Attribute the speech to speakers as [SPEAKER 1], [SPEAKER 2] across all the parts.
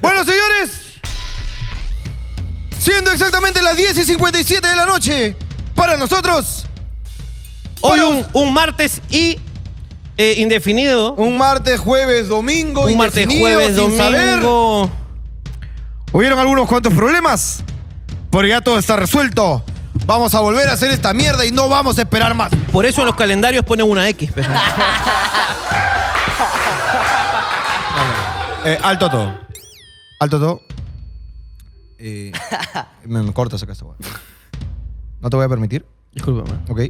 [SPEAKER 1] Bueno, señores, siendo exactamente las 10 y 57 de la noche, para nosotros,
[SPEAKER 2] Hoy un, un martes y eh, indefinido.
[SPEAKER 1] un martes, jueves, domingo,
[SPEAKER 2] Un martes,
[SPEAKER 1] indefinido,
[SPEAKER 2] jueves,
[SPEAKER 1] sin saber.
[SPEAKER 2] domingo.
[SPEAKER 1] Hubieron algunos cuantos problemas, pero ya todo está resuelto. Vamos a volver a hacer esta mierda y no vamos a esperar más.
[SPEAKER 2] Por eso en los calendarios ponen una X. pe.
[SPEAKER 1] Eh, alto todo. Alto todo. Eh, me, me cortas acá esta hueá. No te voy a permitir,
[SPEAKER 2] Discúlpame.
[SPEAKER 1] ¿ok?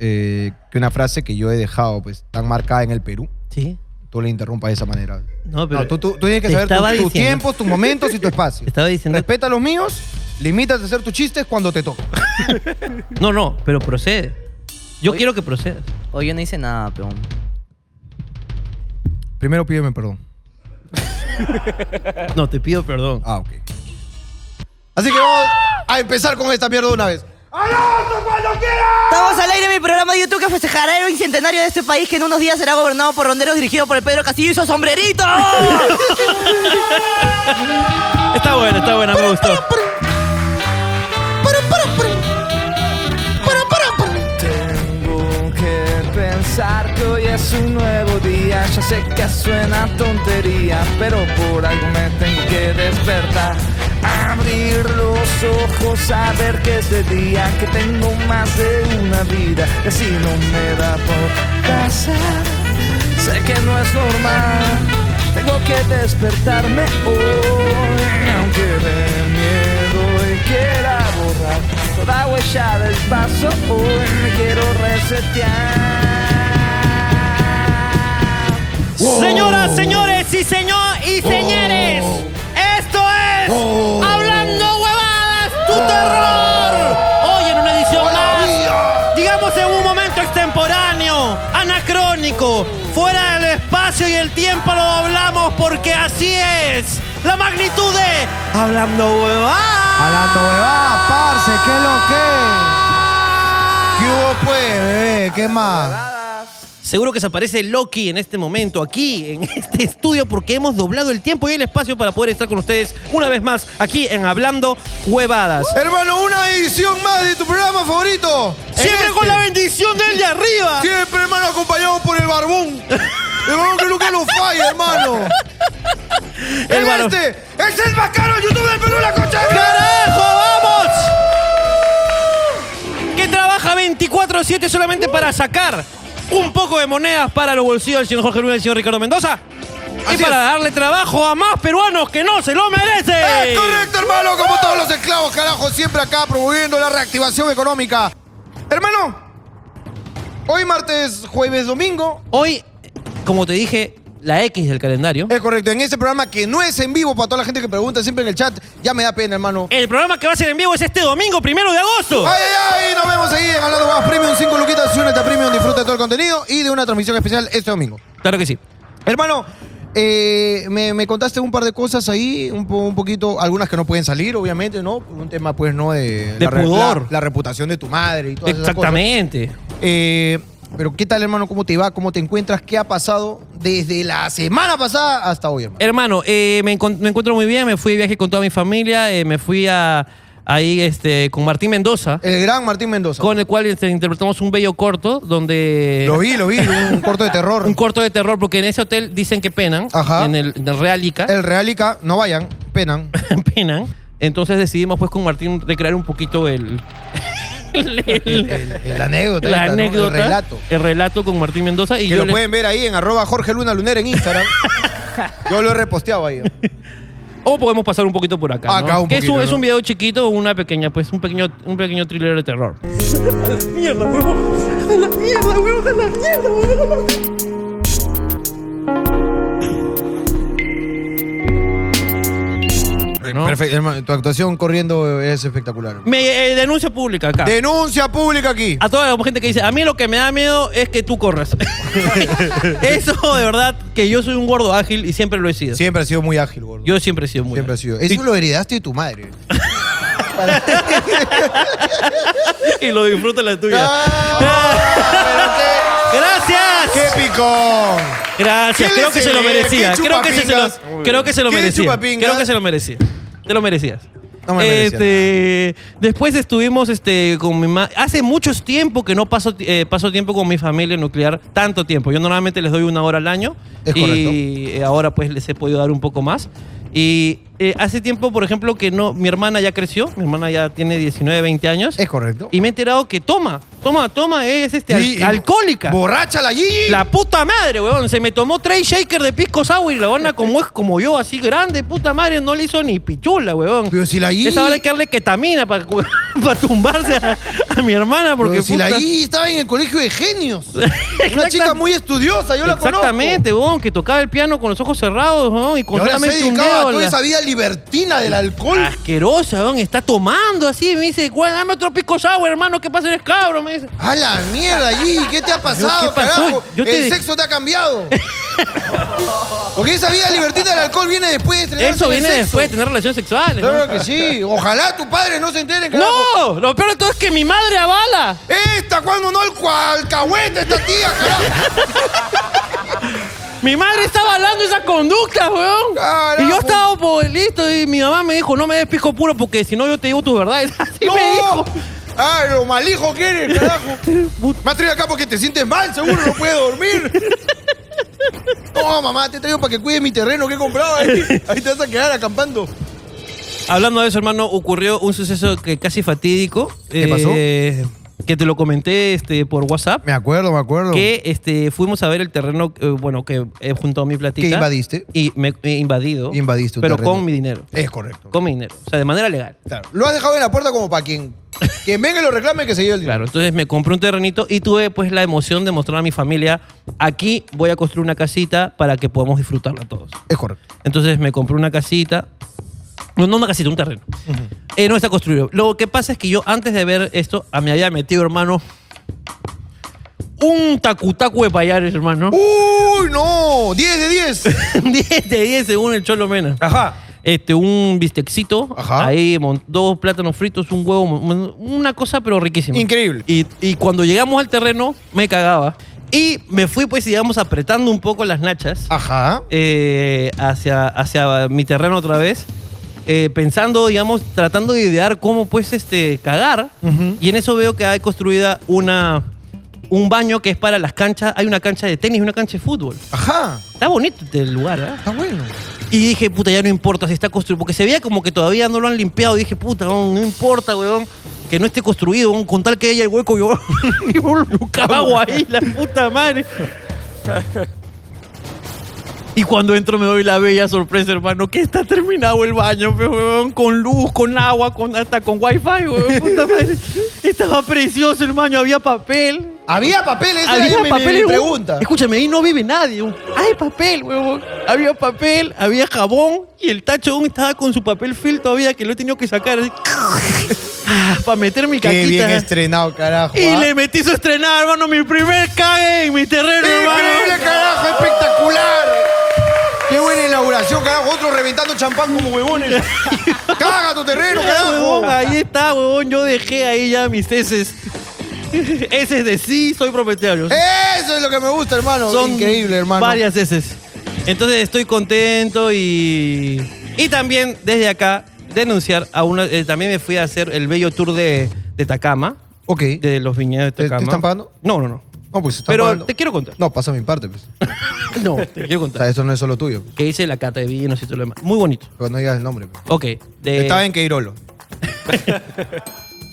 [SPEAKER 1] Eh, que una frase que yo he dejado pues tan marcada en el Perú,
[SPEAKER 2] Sí.
[SPEAKER 1] tú la interrumpas de esa manera.
[SPEAKER 2] No, pero.
[SPEAKER 1] No, tú, tú- tú tienes que
[SPEAKER 2] te
[SPEAKER 1] saber
[SPEAKER 2] estaba
[SPEAKER 1] tu- tus
[SPEAKER 2] diciendo-
[SPEAKER 1] tiempos, tus momentos y tu espacio.
[SPEAKER 2] te Estaba diciendo.
[SPEAKER 1] Respeta los míos, limítate a hacer tus chistes cuando te toca.
[SPEAKER 2] No, no, pero procede. Yo quiero que procedas.
[SPEAKER 3] Hoy yo no hice nada, peón.
[SPEAKER 1] Primero pídeme perdón.
[SPEAKER 2] No, te pido perdón.
[SPEAKER 1] Ah, ok. Así que vamos a empezar con esta mierda de una vez.
[SPEAKER 3] Estamos al aire en mi programa de YouTube que festejará el bicentenario de este país que en unos días será gobernado por ronderos dirigido por el Pedro Castillo y su sombrerito.
[SPEAKER 2] Está buena, está buena, me gustó.
[SPEAKER 4] Tengo que pensar que hoy es un nuevo día. Ya sé que suena tontería, pero por algo me tengo que despertar. Abrir los ojos, saber que es de día, que tengo más de una vida, que si no me da por pasar. Sé que no es normal, tengo que despertarme hoy, aunque de miedo y quiera borrar toda huella del paso, hoy me quiero resetear.
[SPEAKER 2] Señoras, señores y señor y señores, esto es
[SPEAKER 1] Oh,
[SPEAKER 2] Hablando Huevadas, tu terror. Hoy en una edición más, digamos en un momento extemporáneo, anacrónico, fuera del espacio y el tiempo lo hablamos porque así es. La magnitud de Hablando Huevadas.
[SPEAKER 1] Hablando huevada, parce, ¿qué es lo que? ¿Qué hubo pues, bebé? ¿Qué más?
[SPEAKER 2] Seguro que se aparece Loki en este momento, aquí, en este estudio, porque hemos doblado el tiempo y el espacio para poder estar con ustedes una vez más aquí en Hablando Huevadas.
[SPEAKER 1] Hermano, una edición más de tu programa favorito.
[SPEAKER 2] Siempre
[SPEAKER 1] En
[SPEAKER 2] con
[SPEAKER 1] este.
[SPEAKER 2] la bendición del de arriba.
[SPEAKER 1] Siempre, hermano, acompañado por el barbón. El barbón que nunca nos falla, hermano. El,
[SPEAKER 2] El barbón.
[SPEAKER 1] este es el más caro en YouTube del Perú, la concha de
[SPEAKER 2] ¡Carajo, vamos! Que trabaja 24-7 solamente para sacar un poco de monedas para los bolsillos del señor Jorge Luna y del señor Ricardo Mendoza.
[SPEAKER 1] Así
[SPEAKER 2] y
[SPEAKER 1] es.
[SPEAKER 2] para darle trabajo a más peruanos que no se lo merecen.
[SPEAKER 1] Es correcto, hermano, como todos los esclavos, carajo, siempre acá promoviendo la reactivación económica. Hermano, hoy martes, jueves, domingo.
[SPEAKER 2] Hoy, como te dije, la X del calendario.
[SPEAKER 1] Es correcto, en este programa que no es en vivo, para toda la gente que pregunta siempre en el chat, ya me da pena, hermano.
[SPEAKER 2] El programa que va a ser en vivo es este domingo, primero de agosto.
[SPEAKER 1] ¡Ay, ay, ay! Nos vemos ahí en Hablando Más Premium, 5 luquitas, únete a Premium, disfruta de todo el contenido y de una transmisión especial este domingo.
[SPEAKER 2] Claro que sí.
[SPEAKER 1] Hermano, eh, me, me contaste un par de cosas ahí, un, po- un poquito, algunas que no pueden salir, obviamente, ¿no? Por Un tema, pues, ¿no? De,
[SPEAKER 2] De
[SPEAKER 1] re-
[SPEAKER 2] pudor.
[SPEAKER 1] La, reputación de tu madre y todas esas cosas.
[SPEAKER 2] Exactamente.
[SPEAKER 1] Eh, pero, ¿qué tal, hermano? ¿Cómo te va? ¿Cómo te encuentras? ¿Qué ha pasado desde la semana pasada hasta hoy, hermano?
[SPEAKER 2] Hermano, eh, me, encon- me encuentro muy bien, me fui de viaje con toda mi familia, eh, me fui a ahí este, con Martín Mendoza,
[SPEAKER 1] El gran Martín Mendoza.
[SPEAKER 2] con el cual este, interpretamos un bello corto donde...
[SPEAKER 1] Lo vi, lo vi, un corto de terror.
[SPEAKER 2] Un corto de terror, porque en ese hotel dicen que penan,
[SPEAKER 1] Ajá.
[SPEAKER 2] en el, en el Real Ica,
[SPEAKER 1] El Realica, no vayan, penan.
[SPEAKER 2] penan. Entonces decidimos pues con Martín recrear un poquito el... el- el-
[SPEAKER 1] El, el anécdota,
[SPEAKER 2] la
[SPEAKER 1] esta, ¿no?
[SPEAKER 2] anécdota,
[SPEAKER 1] el relato.
[SPEAKER 2] el relato con Martín Mendoza y
[SPEAKER 1] Que
[SPEAKER 2] yo
[SPEAKER 1] lo
[SPEAKER 2] le-
[SPEAKER 1] pueden ver ahí en arroba Jorge Luna Lunera en Instagram. Yo lo he reposteado ahí.
[SPEAKER 2] o podemos pasar un poquito por acá,
[SPEAKER 1] Acá
[SPEAKER 2] ¿no?
[SPEAKER 1] un
[SPEAKER 2] que es, un,
[SPEAKER 1] poquito,
[SPEAKER 2] es
[SPEAKER 1] ¿no?
[SPEAKER 2] un video chiquito, una pequeña, pues un pequeño, un pequeño thriller de terror. ¿no?
[SPEAKER 1] Perfecto, hermano. Tu actuación corriendo es espectacular.
[SPEAKER 2] Me eh, denuncia pública acá.
[SPEAKER 1] Denuncia pública aquí.
[SPEAKER 2] a toda la gente que dice, a mí lo que me da miedo es que tú corras. Eso de verdad que yo soy un gordo ágil y siempre lo he sido.
[SPEAKER 1] Siempre ha sido muy ágil, gordo.
[SPEAKER 2] Yo siempre he sido muy
[SPEAKER 1] Siempre ha
[SPEAKER 2] ágil.
[SPEAKER 1] sido. Eso lo heredaste de tu madre.
[SPEAKER 2] y lo disfruta la tuya.
[SPEAKER 1] Ah,
[SPEAKER 2] Gracias.
[SPEAKER 1] ¡Qué picón!
[SPEAKER 2] Gracias,
[SPEAKER 1] ¿Qué
[SPEAKER 2] creo
[SPEAKER 1] le
[SPEAKER 2] que se lo
[SPEAKER 1] se ve?
[SPEAKER 2] merecía.
[SPEAKER 1] ¿Qué
[SPEAKER 2] Creo que se, se lo,
[SPEAKER 1] chupapingas? Muy
[SPEAKER 2] creo que se lo
[SPEAKER 1] ¿Qué
[SPEAKER 2] merecía.
[SPEAKER 1] chupapingas?
[SPEAKER 2] Creo que se lo merecía. Te lo merecías.
[SPEAKER 1] No me merecía
[SPEAKER 2] Este, después estuvimos este, con mi mamá. Hace mucho tiempo que no paso, ti- eh, paso tiempo con mi familia nuclear. Tanto tiempo. Yo normalmente les doy una hora al año.
[SPEAKER 1] Es
[SPEAKER 2] y eh, ahora pues les he podido dar un poco más. Y eh, hace tiempo, por ejemplo, que no. Mi hermana ya creció. Mi hermana ya tiene 19, 20 años.
[SPEAKER 1] Es correcto.
[SPEAKER 2] y me he enterado que toma, toma, toma, es este, al-
[SPEAKER 1] Y-
[SPEAKER 2] alcohólica.
[SPEAKER 1] ¡Borracha la Gigi!
[SPEAKER 2] La puta madre, weón. Se me tomó tres shakers de pisco sour y la banda como es como yo, así grande, puta madre, no le hizo ni pichula, weón.
[SPEAKER 1] Pero si la Gigi...
[SPEAKER 2] Esa hora hay que darle ketamina para tumbarse a, a mi hermana porque
[SPEAKER 1] Pero si la
[SPEAKER 2] puta-
[SPEAKER 1] Gigi estaba en el colegio de genios. Una
[SPEAKER 2] Exacta-
[SPEAKER 1] chica muy estudiosa, yo la conozco.
[SPEAKER 2] Exactamente, weón, que tocaba el piano con los ojos cerrados, weón, y
[SPEAKER 1] Y
[SPEAKER 2] con
[SPEAKER 1] ahora se
[SPEAKER 2] solamente un
[SPEAKER 1] dedicaba a
[SPEAKER 2] dedo.
[SPEAKER 1] toda
[SPEAKER 2] la- Ah.
[SPEAKER 1] esa vida libertina del alcohol.
[SPEAKER 2] Asquerosa, weón, está tomando así, me dice, "Güey, dame otro pisco sour, hermano, ¿qué pasa eres cabro? Me dice.
[SPEAKER 1] A la mierda, Gigi, ¿qué te ha pasado,
[SPEAKER 2] ¿qué pasó?
[SPEAKER 1] carajo?
[SPEAKER 2] Yo te
[SPEAKER 1] El
[SPEAKER 2] dije-
[SPEAKER 1] sexo te ha cambiado. Porque esa vida libertina del alcohol viene después de estrenarse
[SPEAKER 2] Eso
[SPEAKER 1] en el
[SPEAKER 2] viene
[SPEAKER 1] sexo.
[SPEAKER 2] después de tener relaciones sexuales. ¿no?
[SPEAKER 1] Claro que sí. Ojalá tu padre no se entere, carajo.
[SPEAKER 2] No, lo peor de todo es que mi madre avala.
[SPEAKER 1] ¡Esta, cuando no, el cua- alcahuete, esta tía, carajo!
[SPEAKER 2] Mi madre estaba hablando esa conducta, weón.
[SPEAKER 1] Carajo.
[SPEAKER 2] Y yo estaba pues, listo y mi mamá me dijo, no me des pisco puro porque si no yo te digo tus verdades. Así
[SPEAKER 1] ¡No!
[SPEAKER 2] me dijo.
[SPEAKER 1] ¡Ah, lo mal hijo que eres, carajo! Me has traído acá porque te sientes mal, seguro, no puedes dormir. No, mamá, te he traído para que cuides mi terreno que he comprado ahí. Ahí te vas a quedar acampando.
[SPEAKER 2] Hablando de eso, hermano, ocurrió un suceso que casi fatídico.
[SPEAKER 1] ¿Qué pasó?
[SPEAKER 2] pasó? Que te lo comenté este, por WhatsApp.
[SPEAKER 1] Me acuerdo, me acuerdo.
[SPEAKER 2] Que este, fuimos a ver el terreno, eh, bueno, que he juntado mi platita.
[SPEAKER 1] Que invadiste.
[SPEAKER 2] Y me he invadido.
[SPEAKER 1] Invadiste un
[SPEAKER 2] Pero
[SPEAKER 1] terreno. Eh.
[SPEAKER 2] con mi dinero.
[SPEAKER 1] Es correcto.
[SPEAKER 2] Con mi dinero. O sea, de manera legal.
[SPEAKER 1] Claro, Lo has dejado en la puerta como para quien, quien venga y lo reclame que se lleve el dinero.
[SPEAKER 2] Claro, entonces me compré un terrenito y tuve pues la emoción de mostrar a mi familia, aquí voy a construir una casita para que podamos disfrutarla todos.
[SPEAKER 1] Es correcto.
[SPEAKER 2] Entonces me compré una casita, no, no una casita, un terreno. Eh, no está construido. Lo que pasa es que yo antes de ver esto, a mi había metido, hermano, un tacutacu de payares, hermano.
[SPEAKER 1] Uh. ¡Uy, no! ¡10 de 10!
[SPEAKER 2] 10 de 10 según el Cholo Mena.
[SPEAKER 1] Ajá.
[SPEAKER 2] Este, un bistecito,
[SPEAKER 1] Ajá.
[SPEAKER 2] ahí mon- dos plátanos fritos, un huevo, mon- una cosa pero riquísima.
[SPEAKER 1] Increíble.
[SPEAKER 2] Y, y cuando llegamos al terreno, me cagaba. Y me fui, pues, digamos, apretando un poco las nachas
[SPEAKER 1] Ah. Ajá.
[SPEAKER 2] eh, hacia, hacia mi terreno otra vez, eh, pensando, digamos, tratando de idear cómo, pues, este, cagar. Y en eso veo que hay construida una, un baño que es para las canchas. Hay una cancha de tenis y una cancha de fútbol.
[SPEAKER 1] Ajá.
[SPEAKER 2] Está bonito este lugar, ¿ah?
[SPEAKER 1] Está bueno.
[SPEAKER 2] Y dije, puta, ya no importa si está construido. Porque se veía como que todavía no lo han limpiado. Y dije, puta, no, no importa, weón. Que no esté construido, weón. Con tal que haya el hueco, yo, yo lo cago ahí, la puta madre. Y cuando entro me doy la bella sorpresa, hermano, que está terminado el baño, pe, weón, con luz, con agua, con, hasta con wifi, weón, puta madre. Estaba precioso el baño, había papel,
[SPEAKER 1] Había papel, esa
[SPEAKER 2] había
[SPEAKER 1] era mi- mi,
[SPEAKER 2] papel.
[SPEAKER 1] mi
[SPEAKER 2] huevón.
[SPEAKER 1] pregunta.
[SPEAKER 2] Escúchame, ahí no vive nadie. huevón. Hay papel, huevón. Había papel, había jabón y el tacho aún estaba con su papel film todavía que lo he tenido que sacar así. para meter mi
[SPEAKER 1] Qué bien este
[SPEAKER 2] caquita. ¿eh?
[SPEAKER 1] estrenado, carajo.
[SPEAKER 2] Y
[SPEAKER 1] ¿ah?
[SPEAKER 2] le metí su estrenar, hermano, mi primer cague en mi terreno,
[SPEAKER 1] ¡Increíble,
[SPEAKER 2] hermano.
[SPEAKER 1] carajo! ¡Espectacular! ¡Qué buena inauguración, carajo! Otro reventando champán como huevones. ¡Caga tu terreno, carajo!
[SPEAKER 2] Huevón, ahí está, huevón. Yo dejé ahí ya mis heces. heces de sí, soy propietario.
[SPEAKER 1] Eso es lo que me gusta, hermano.
[SPEAKER 2] Son
[SPEAKER 1] Increíble, hermano.
[SPEAKER 2] Varias veces. Entonces estoy contento y. Y también desde acá denunciar a una. eh, también me fui a hacer el bello tour de, de Tacama,
[SPEAKER 1] Ok.
[SPEAKER 2] de los viñedos de
[SPEAKER 1] ¿Te- te
[SPEAKER 2] Tacama.
[SPEAKER 1] están pagando?
[SPEAKER 2] No, no, no.
[SPEAKER 1] No, pues está
[SPEAKER 2] Pero
[SPEAKER 1] pagando.
[SPEAKER 2] te quiero contar.
[SPEAKER 1] No, pasa mi parte, pues.
[SPEAKER 2] No, te quiero
[SPEAKER 1] O sea,
[SPEAKER 2] contar.
[SPEAKER 1] eso no es solo tuyo.
[SPEAKER 2] Que hice la cata de vinos y todo lo demás. Muy bonito.
[SPEAKER 1] Pero no digas el nombre. pues.
[SPEAKER 2] Ok. de-
[SPEAKER 1] Estaba en Queirolo.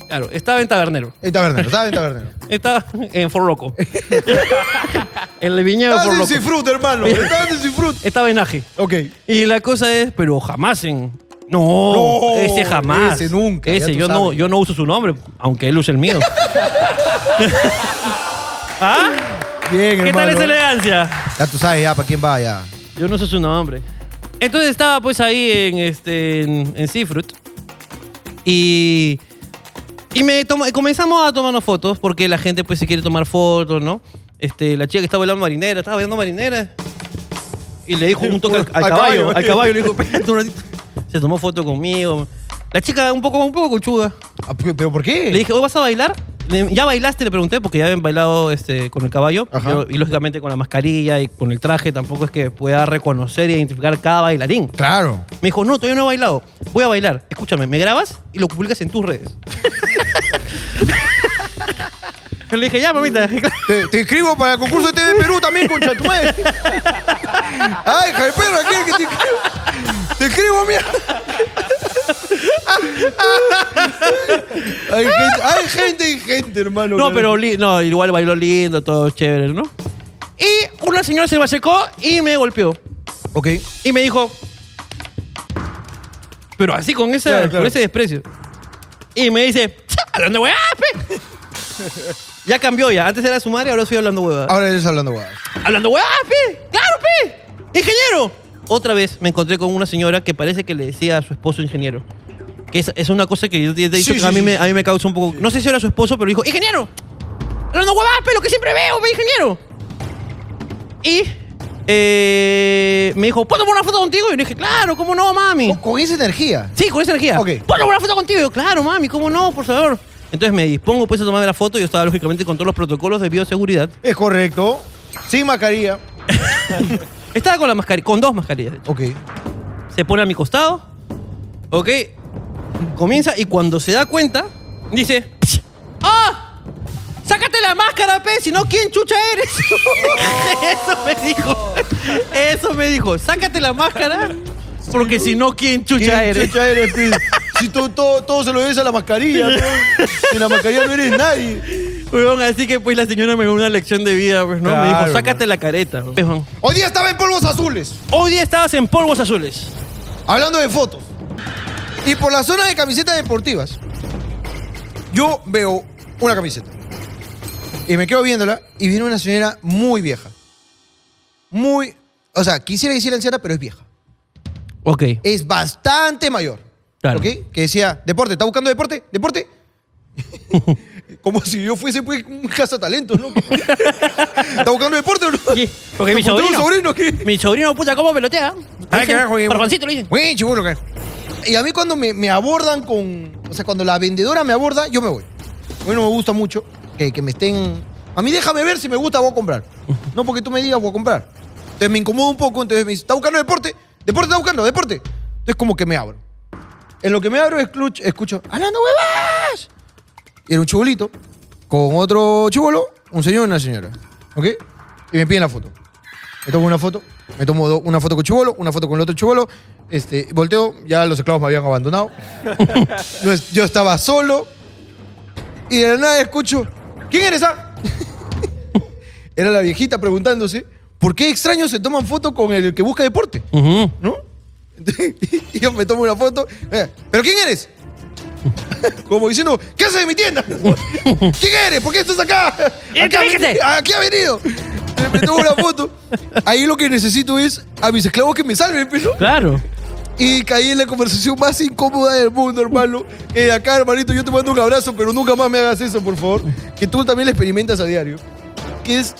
[SPEAKER 2] Claro, estaba en Tabernero.
[SPEAKER 1] En Tabernero, estaba en Tabernero.
[SPEAKER 2] Estaba en Fort Loco. en el viñedo de
[SPEAKER 1] Estaba
[SPEAKER 2] Fort
[SPEAKER 1] en
[SPEAKER 2] Loco.
[SPEAKER 1] Cifrut, hermano. Estaba en Cifrut.
[SPEAKER 2] Estaba en Aje.
[SPEAKER 1] Ok.
[SPEAKER 2] Y la cosa es, pero jamás en. No,
[SPEAKER 1] No,
[SPEAKER 2] ese jamás.
[SPEAKER 1] ese nunca, ya
[SPEAKER 2] Ese,
[SPEAKER 1] tú
[SPEAKER 2] yo no,
[SPEAKER 1] sabes.
[SPEAKER 2] yo no uso su nombre, aunque él use el mío. ¿Ah?
[SPEAKER 1] Bien,
[SPEAKER 2] ¿Qué
[SPEAKER 1] hermano.
[SPEAKER 2] tal esa elegancia?
[SPEAKER 1] Ya tú sabes, ya, ¿para quién va, ya?
[SPEAKER 2] Yo no uso su nombre. Entonces estaba pues ahí en este. en, en Seafruit. Y. Y me tomo- comenzamos a tomarnos fotos porque la gente pues se quiere tomar fotos, ¿no? Este, la chica que estaba bailando marinera, estaba bailando marinera. Y le dijo un toque al, al
[SPEAKER 1] Al caballo.
[SPEAKER 2] caballo, al caballo, le dijo, "Espérate un ratito". Se tomó foto conmigo. La chica un poco, un poco conchuda.
[SPEAKER 1] Ah, ¿Pero por qué?
[SPEAKER 2] Le dije, ¿hoy vas a bailar? de- ¿Ya bailaste? Le pregunté, porque ya habían bailado este, con el caballo.
[SPEAKER 1] Ajá.
[SPEAKER 2] Yo- y lógicamente con la mascarilla y con el traje tampoco es que pueda reconocer e identificar cada bailarín.
[SPEAKER 1] Claro.
[SPEAKER 2] Me dijo, no, todavía no he bailado. Voy a bailar. Escúchame, me grabas y lo publicas en tus redes. Le dije, ya, mamita.
[SPEAKER 1] Te, te inscribo para el concurso de TV Perú también, concha tu madre. Ay, hija de perra, ¿quieres que te inscribo? Te inscribo, mierda. Hay gente, hay gente y gente, hermano.
[SPEAKER 2] No, pero li- no, igual bailó lindo, todo chévere, ¿no? Y una señora se me acercó y me golpeó.
[SPEAKER 1] Ok.
[SPEAKER 2] Y me dijo. Pero así con, esa,
[SPEAKER 1] Claro, claro.
[SPEAKER 2] con ese desprecio. Y me dice, "Cha, hablando huevada, pe". ya cambió ya. Antes era su madre, ahora soy hablando huevada.
[SPEAKER 1] Ahora eres hablando guay.
[SPEAKER 2] Hablando huevada, pe. Claro, pe. Ingeniero. Otra vez me encontré con una señora que parece que le decía a su esposo ingeniero. Que es, es una cosa que yo te he dicho
[SPEAKER 1] Sí,
[SPEAKER 2] que
[SPEAKER 1] sí,
[SPEAKER 2] a, mí
[SPEAKER 1] sí.
[SPEAKER 2] me, a mí me causa un poco. No sé si era su esposo, pero dijo: ¡Ingeniero! ¡Hablando huevadas, pe! Lo que siempre veo, pe, ingeniero. Y eh, me dijo: ¿Puedo tomar una foto contigo? Y yo le dije: Claro, ¿cómo no, mami?
[SPEAKER 1] Con esa energía.
[SPEAKER 2] Sí, con esa energía.
[SPEAKER 1] Ok.
[SPEAKER 2] ¿Puedo tomar una foto contigo? Y yo, claro, mami, ¿cómo no? Por favor. Entonces me dispongo pues a tomarme la foto. Yo estaba lógicamente con todos los protocolos de bioseguridad.
[SPEAKER 1] Es correcto. Sin mascarilla.
[SPEAKER 2] Estaba con la mascarilla, con dos mascarillas. de hecho.
[SPEAKER 1] Ok.
[SPEAKER 2] Se pone a mi costado, ¿ok? Comienza y cuando se da cuenta, dice, ¡Ah! ¡Sácate la máscara, pe! Si no, ¿quién chucha eres? eso me dijo. Eso me dijo. Sácate la máscara porque si no, ¿quién chucha
[SPEAKER 1] ¿Quién
[SPEAKER 2] eres?
[SPEAKER 1] chucha eres, Pete? Si tú- todo, todo se lo debes a la mascarilla, ¿no? Sin la mascarilla no eres nadie.
[SPEAKER 2] Weón, así que pues la señora me dio una lección de vida, pues, ¿no? me
[SPEAKER 1] Claro,
[SPEAKER 2] dijo, sácate la careta. weón".
[SPEAKER 1] Hoy día estaba en polvos azules,
[SPEAKER 2] Hoy día estabas en polvos azules.
[SPEAKER 1] hablando de fotos. Y por la zona de camisetas deportivas, yo veo una camiseta. Y me quedo viéndola y viene una señora muy vieja. Muy. O sea, quisiera decir anciana, pero es vieja.
[SPEAKER 2] Ok.
[SPEAKER 1] Es bastante mayor.
[SPEAKER 2] Claro.
[SPEAKER 1] ¿Ok? Que decía, deporte, ¿está buscando deporte? ¿Deporte? Como si yo fuese pues un cazatalentos, ¿no? ¿Está buscando deporte o no?
[SPEAKER 2] Sí, porque mi
[SPEAKER 1] ¿Encontré
[SPEAKER 2] sobrino,
[SPEAKER 1] un sobrino que...
[SPEAKER 2] Mi sobrino, puta, ¿cómo pelotea?
[SPEAKER 1] Ay, carajo, y-
[SPEAKER 2] Parfancito, le dicen.
[SPEAKER 1] Güey, chibolo, carajo. Y a mí cuando me, me abordan con... O sea, cuando la vendedora me aborda, yo me voy. A mí no me gusta mucho que, que me estén... A mí déjame ver si me gusta, voy a comprar. No porque tú me digas, voy a comprar. Entonces me incomodo un poco, entonces me dice, ¿está buscando deporte? ¿Deporte está buscando? ¿Deporte? Entonces como que me abro. En lo que me abro escucho, escucho ¡Hablando huevas! Y era un chibolito con otro chibolo, un señor y una señora. ¿Ok? Y me piden la foto. Me tomo una foto, me tomo do- una foto con chibolo, una foto con el otro chibolo. Este, volteo, ya los esclavos me habían abandonado. yo, es- yo estaba solo. Y de la nada escucho, ¿quién eres? ah?" era la viejita preguntándose, ¿por qué extraños se toman foto con el que busca deporte?
[SPEAKER 2] Ujú.
[SPEAKER 1] ¿no? y yo me tomo una foto. eh, ¿Pero quién eres? Como diciendo, ¿qué haces en mi tienda? ¿Quién eres? ¿Por qué estás acá? Aquí ha,
[SPEAKER 2] Identifíquete.
[SPEAKER 1] veni- aquí ha venido. Me- Me tomo una foto. Ahí lo que necesito es a mis esclavos que me salven, pues, pero.
[SPEAKER 2] Claro.
[SPEAKER 1] Y caí en la conversación más incómoda del mundo, hermano. Eh, acá, hermanito, yo te mando un abrazo, pero nunca más me hagas eso, por favor. Que tú también lo experimentas a diario. Que es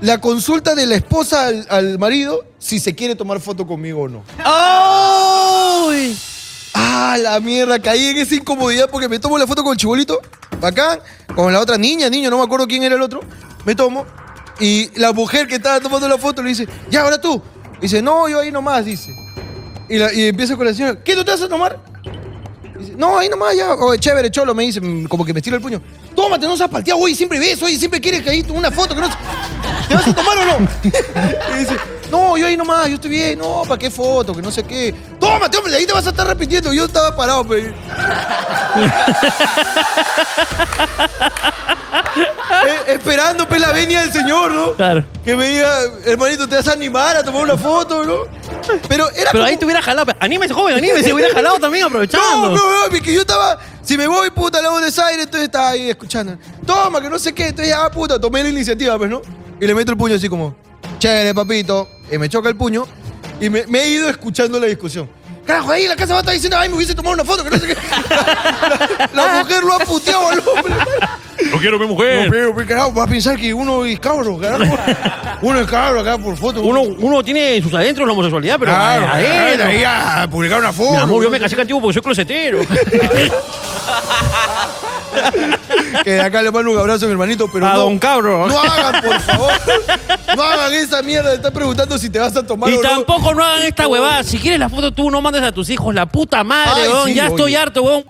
[SPEAKER 1] la consulta de la esposa al- al marido si se quiere tomar foto conmigo o no.
[SPEAKER 2] ¡Ay!
[SPEAKER 1] Ah, la mierda, caí en esa incomodidad porque me tomo la foto con el chibolito, bacán, con la otra niña, niño, no me acuerdo quién era el otro, me tomo, y la mujer que estaba tomando la foto le dice, ya, ahora tú. Dice, no, yo ahí nomás, dice. Y, la- y empieza con la señora, ¿qué tú te vas a tomar? Dice, no, ahí nomás, ya, oye, chévere, cholo, me dice, mm, como que me estira el puño. Tómate, no seas partido, oye, siempre ves, oye, siempre quieres que ahí tú una foto, que no... ¿Te vas a tomar o no? Y dice, no, yo ahí nomás, yo estoy bien, no, ¿para qué foto? Que no sé qué. Tómate, hombre, ahí te vas a estar repitiendo. Yo estaba parado, pe. Eh, esperando, pe, la venia del señor, ¿no?
[SPEAKER 2] Claro.
[SPEAKER 1] Que me diga, hermanito, te vas a animar a tomar una foto, ¿no? Pero era
[SPEAKER 2] Pero
[SPEAKER 1] como-
[SPEAKER 2] ahí te hubiera jalado. Anímese, joven, anímese. Hubiera jalado también aprovechando.
[SPEAKER 1] no, no, no, que yo estaba. Si me voy, puta, la voz de Zaire, entonces estaba ahí escuchando. Toma, que no sé qué. Entonces, ah, puta, tomé la iniciativa, pues, ¿no? Y le meto el puño así como, chévere, papito. Y me choca el puño. Y me, me he ido escuchando la discusión. Carajo, ahí en la casa va a estar diciendo, ay, me hubiese tomado una foto, que no sé qué. La, la mujer lo ha puteado al hombre.
[SPEAKER 5] No quiero mi mujer.
[SPEAKER 1] No, pero, pero, carajo, va a pensar que uno es cabro, carajo. Uno es cabro acá por foto.
[SPEAKER 2] Uno, uno tiene en sus adentros la homosexualidad, pero.
[SPEAKER 1] Claro,
[SPEAKER 2] adentro.
[SPEAKER 1] ahí, ahí a publicar una foto.
[SPEAKER 2] Mi amor, yo me casé contigo porque soy closetero.
[SPEAKER 1] que de acá le mando un abrazo a mi hermanito, pero
[SPEAKER 5] A
[SPEAKER 1] no,
[SPEAKER 5] don Cabro.
[SPEAKER 1] No hagan, por favor. No hagan esa mierda de estar preguntando si te vas a tomar
[SPEAKER 2] Y
[SPEAKER 1] o no.
[SPEAKER 2] tampoco no hagan esta huevada. Si quieres la foto, tú no mandes a tus hijos. La puta madre,
[SPEAKER 1] Ay,
[SPEAKER 2] weón.
[SPEAKER 1] sí,
[SPEAKER 2] ya
[SPEAKER 1] oye.
[SPEAKER 2] estoy harto, weón.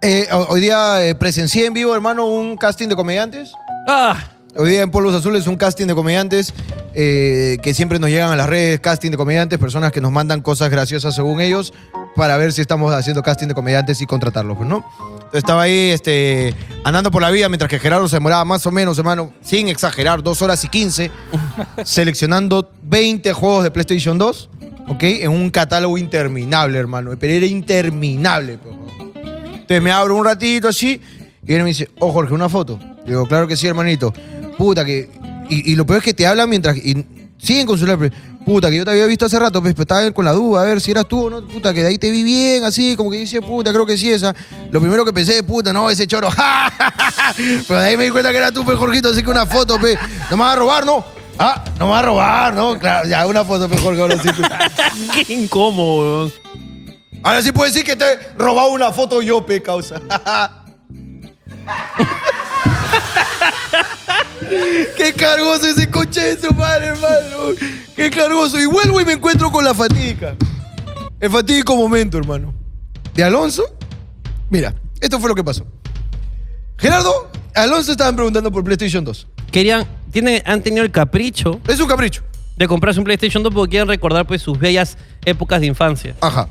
[SPEAKER 1] Eh, ho- hoy día eh, presencié en vivo, hermano, un casting de comediantes.
[SPEAKER 2] Ah,
[SPEAKER 1] Hoy día en Polvos Azules un casting de comediantes eh, que siempre nos llegan a las redes, casting de comediantes, personas que nos mandan cosas graciosas según ellos para ver si estamos haciendo casting de comediantes y contratarlos, pues, ¿no? Estaba ahí este, andando por la vía mientras que Gerardo se demoraba más o menos, hermano, sin exagerar, dos horas y 15, seleccionando 20 juegos de PlayStation 2, ¿ok? En un catálogo interminable, hermano, pero era interminable, pues. Entonces me abro un ratito así y viene y me dice, oh Jorge, una foto. Le digo, claro que sí, hermanito. Puta que. Y, y lo peor es que te hablan mientras. Y siguen con su lápiz. Puta, que yo te había visto hace rato, pues, pero estaba con la duda, a ver si eras tú o no. Puta, que de ahí te vi bien, así, como que dice, puta, creo que sí esa. Lo primero que pensé, puta, no, ese choro. ja, ja, ja, ja. pero de ahí me di cuenta que era tú, pues, Jorgito, así que una foto, pues. No me vas a robar, ¿no? Ah, no me vas a robar, ¿no? Claro, ya, una foto, pues, Jorge, ahora sí. pues.
[SPEAKER 2] qué incómodo, weón.
[SPEAKER 1] Ahora sí puedo decir que te he robado una foto yo, pe, causa. Qué cargoso ese coche de su madre, hermano. Qué cargoso. Y vuelvo y me encuentro con la fatiga. El fatídico momento, hermano. De Alonso. Mira, esto fue lo que pasó. Gerardo, Alonso estaban preguntando por PlayStation 2.
[SPEAKER 2] Querían, tienen, han tenido el capricho
[SPEAKER 1] Es un capricho.
[SPEAKER 2] de comprarse un PlayStation 2 porque quieren recordar pues sus bellas épocas de infancia.
[SPEAKER 1] Ajá.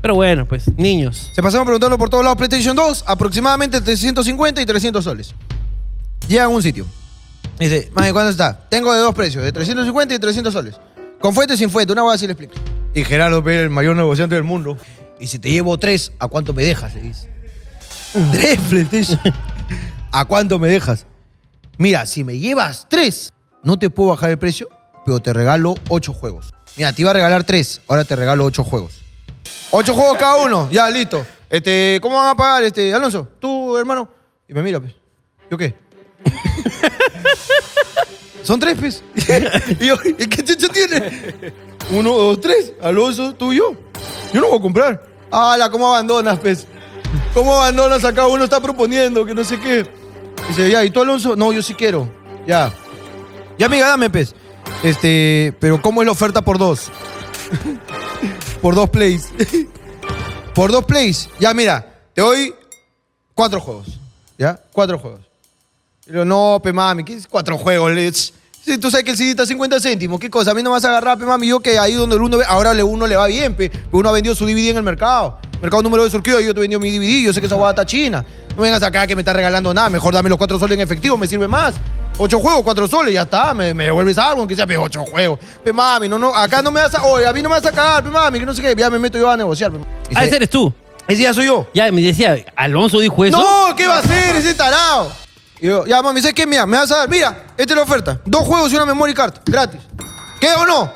[SPEAKER 2] Pero bueno, pues, niños.
[SPEAKER 1] Se pasaron preguntando por todos lados PlayStation 2, aproximadamente 350 y 300 soles. Llega a un sitio. Dice, mami, ¿cuánto está? Tengo de dos precios, de 350 y 300 soles. Con fuente y sin fuente, una hueá así le explico. Y Gerardo Pérez, el mayor negociante del mundo. Y si te llevo tres, ¿a cuánto me dejas? Le dice. ¿Tres PlayStation? ¿A cuánto me dejas? Mira, si me llevas tres, no te puedo bajar el precio, pero te regalo ocho juegos. Mira, te iba a regalar tres, ahora te regalo ocho juegos. Ocho juegos cada uno. Ya, listo. Este, ¿cómo van a pagar, este, Alonso? Tú, hermano. Y me mira, pues. ¿Yo qué? Son tres, pues. y yo, ¿y qué chucho tiene? Uno, dos, tres. Alonso, tú y yo. Yo no voy a comprar. Ala, ¿cómo abandonas, pues? ¿Cómo abandonas acá? Uno está proponiendo que no sé qué. Dice, ya, ¿y tú, Alonso? No, yo sí quiero. Ya. Ya, amiga, dame, pues. Este, pero ¿cómo es la oferta por dos? por dos plays. por dos plays. Ya, mira, te doy cuatro juegos. ¿Ya? Cuatro juegos. Y yo, no, pe mami, ¿qué es cuatro juegos? Le- tss. Sí, tú sabes que el CD está a 50 céntimos. ¿Qué cosa? A mí no me vas a agarrar, pe mami. Yo que ahí donde el uno ve, ahora le uno le va bien, pe. Pero Uno ha vendido su DVD en el mercado. Mercado número de surquido, yo te he vendido mi DVD. Yo sé que esa guada está china. No vengas acá que me estás regalando nada. Mejor dame los cuatro soles en efectivo, me sirve más. Ocho juegos, cuatro soles, ya está. Me, me devuelves algo, aunque sea, pe, ocho juegos. Pe mami, no, no, acá no me vas a. Oye, a mí no me vas a cagar, pe mami, que no sé qué. Ya me meto yo a negociar, pe. Y
[SPEAKER 2] Ah,
[SPEAKER 1] se-
[SPEAKER 2] ese eres tú.
[SPEAKER 1] Ese ya soy yo.
[SPEAKER 2] Ya me decía, Alonso dijo eso.
[SPEAKER 1] No, ¿qué va a hacer ese tarado? Y yo, ya mami, ¿sabes qué? Mira, me vas a dar, mira, esta es la oferta. Dos juegos y una memory card, gratis. ¿Queda o no?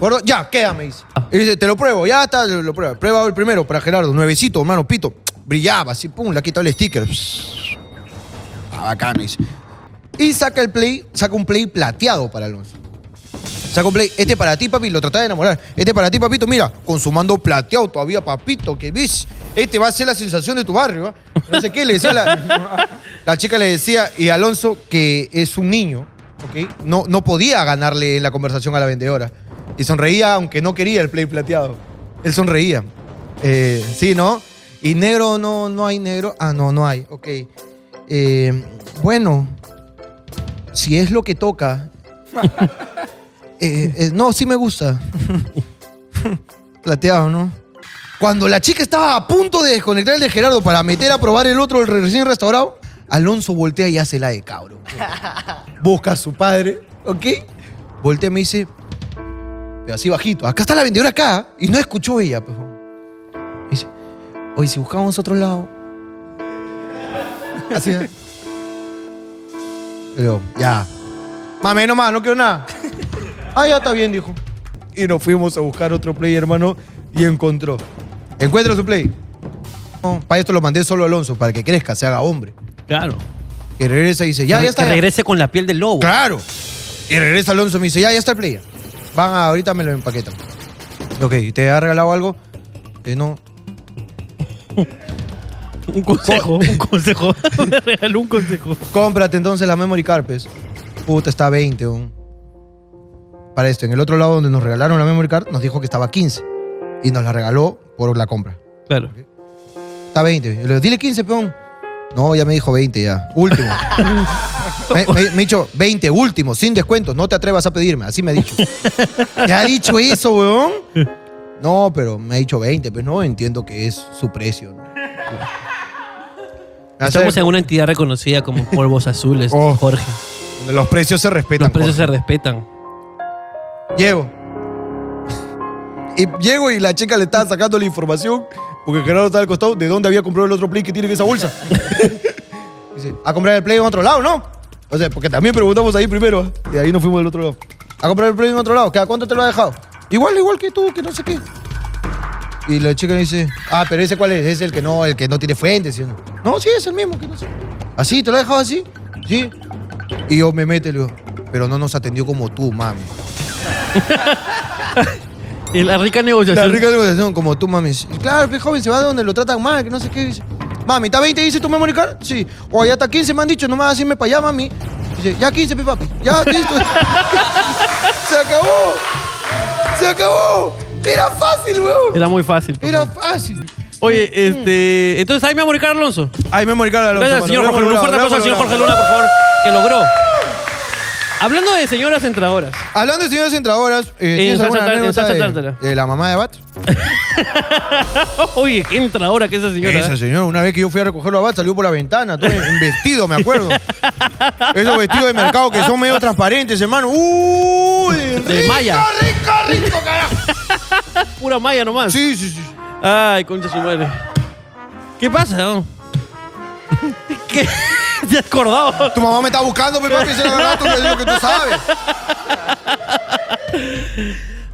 [SPEAKER 1] Gordo, ya, queda, me dice. Y dice, te lo pruebo, ya está, lo, lo prueba. Prueba el primero para Gerardo, nuevecito, hermano, pito. Brillaba, así, pum, le ha quitado el sticker. Ah, bacán, me dice. Y saca el play, saca un play plateado para Alonso. Saca un play, este para ti, papi, lo trataba de enamorar. Este para ti, papito, mira, con su mando plateado todavía, papito, que ves. Este va a ser la sensación de tu barrio, ¿ah? No sé qué le decía la, la chica, le decía, y Alonso, que es un niño, ¿ok? No, no podía ganarle en la conversación a la vendedora. Y sonreía, aunque no quería el play plateado. Él sonreía. Eh, sí, ¿no? Y negro, no, no hay negro. Ah, no, no hay, ok. Eh, bueno, si es lo que toca. Eh, eh, no, sí me gusta. Plateado, ¿no? Cuando la chica estaba a punto de desconectar el de Gerardo para meter a probar el otro, el recién restaurado, Alonso voltea y hace la de cabro. Busca a su padre, ¿ok? Voltea y me dice, pero así bajito, acá está la vendedora acá, y no escuchó ella. pues. Dice, oye, si buscamos otro lado. Así. ¿eh? Le digo, ya. Mame, nomás, no quiero nada. Ah, ya está bien, dijo. Y nos fuimos a buscar otro play, hermano, y encontró. Encuentra su play. No, para esto lo mandé solo a Alonso, para que crezca, se haga hombre.
[SPEAKER 2] Claro.
[SPEAKER 1] Y regresa y dice, ya, ya está.
[SPEAKER 2] Que
[SPEAKER 1] ya.
[SPEAKER 2] regrese con la piel del lobo.
[SPEAKER 1] Claro. Y regresa Alonso y me dice, ya, ya está el player. Van a, ahorita me lo empaquetan. Ok, ¿te ha regalado algo? Eh, no.
[SPEAKER 2] Un consejo, un consejo. Me regaló un consejo.
[SPEAKER 1] Cómprate entonces la memory carpes. Puta, está a 20, un. Para esto, en el otro lado donde nos regalaron la memory card, nos dijo que estaba a 15. Y nos la regaló por la compra.
[SPEAKER 2] Claro.
[SPEAKER 1] Está a 20. Yo le digo, dile 15, peón. No, ya me dijo 20 ya. Último. me, me- me ha dicho 20, último, sin descuento. No te atrevas a pedirme. Así me ha dicho. ¿Te ha dicho eso, weón? No, pero me ha dicho 20. Pues no, entiendo que es su precio. ¿no?
[SPEAKER 2] Estamos en una entidad reconocida como Polvos Azules,
[SPEAKER 1] Oh.
[SPEAKER 2] Jorge.
[SPEAKER 1] Los precios se respetan.
[SPEAKER 2] Los precios
[SPEAKER 1] Jorge.
[SPEAKER 2] se respetan.
[SPEAKER 1] Llego. Y llego y la chica le estaba sacando la información, porque Gerardo estaba al costado, de dónde había comprado el otro play que tiene en esa bolsa. Dice, a comprar el play en otro lado, ¿no? O sea, porque también preguntamos ahí primero, ¿ah? y ahí nos fuimos del otro lado. A comprar el play en otro lado, ¿qué? ¿a cuánto te lo ha dejado? Igual, igual que tú, que no sé qué. Y la chica le dice, ah, pero ese cuál es, es el que no, el que no tiene fuentes. ¿sí o no? no, sí, es el mismo, que no sé. ¿Así? ¿Te lo ha dejado así? Sí. Y yo me meto y le digo, pero no nos atendió como tú, mami.
[SPEAKER 2] Y la rica
[SPEAKER 1] La
[SPEAKER 2] negociación.
[SPEAKER 1] rica negociación, como tú, mami. Sí, Claro, pues joven, se va de donde lo tratan mal, que no sé qué. Dice, mami, ¿está 20? Dice tu memory card. Sí. O allá está 15, me han dicho, nomás así me para allá, mami. Dice, ya 15, pe, papi. Ya, listo. se acabó. Se acabó. Era fácil, weón.
[SPEAKER 2] Era muy fácil. por
[SPEAKER 1] Era
[SPEAKER 2] favor.
[SPEAKER 1] fácil.
[SPEAKER 2] Oye, este. Entonces ahí me morir Alonso.
[SPEAKER 1] Ay, memory card, Alonso.
[SPEAKER 2] Gracias,
[SPEAKER 1] mano.
[SPEAKER 2] señor Jorge
[SPEAKER 1] Memory
[SPEAKER 2] Luna.
[SPEAKER 1] card,
[SPEAKER 2] Un fuerte aplauso
[SPEAKER 1] memory
[SPEAKER 2] al señor
[SPEAKER 1] card.
[SPEAKER 2] Jorge Luna, por favor, que logró. Hablando de señoras entradoras.
[SPEAKER 1] Hablando de señoras entradoras, eh, ¿tienes
[SPEAKER 2] salsa
[SPEAKER 1] alguna
[SPEAKER 2] tártara, en
[SPEAKER 1] anécdota
[SPEAKER 2] salsa
[SPEAKER 1] de-
[SPEAKER 2] tártara.
[SPEAKER 1] de la mamá de Bat?
[SPEAKER 2] Oye, qué entradora que esa señora.
[SPEAKER 1] Esa
[SPEAKER 2] ¿eh?
[SPEAKER 1] señora, una vez que yo fui a recogerlo a Bat, salió por la ventana, todo en en vestido, me acuerdo. Esos vestidos de mercado que son medio transparentes, hermano. ¡Uy!
[SPEAKER 2] De
[SPEAKER 1] rico,
[SPEAKER 2] malla.
[SPEAKER 1] rico, rico, carajo!
[SPEAKER 2] Pura maya nomás.
[SPEAKER 1] Sí, sí, sí.
[SPEAKER 2] Ay, concha su madre. ¿Qué pasa? no? ¿Qué? ¿Te has acordado?
[SPEAKER 1] Tu mamá me está buscando, pero papi, se la verdad, tú me dices lo que tú sabes.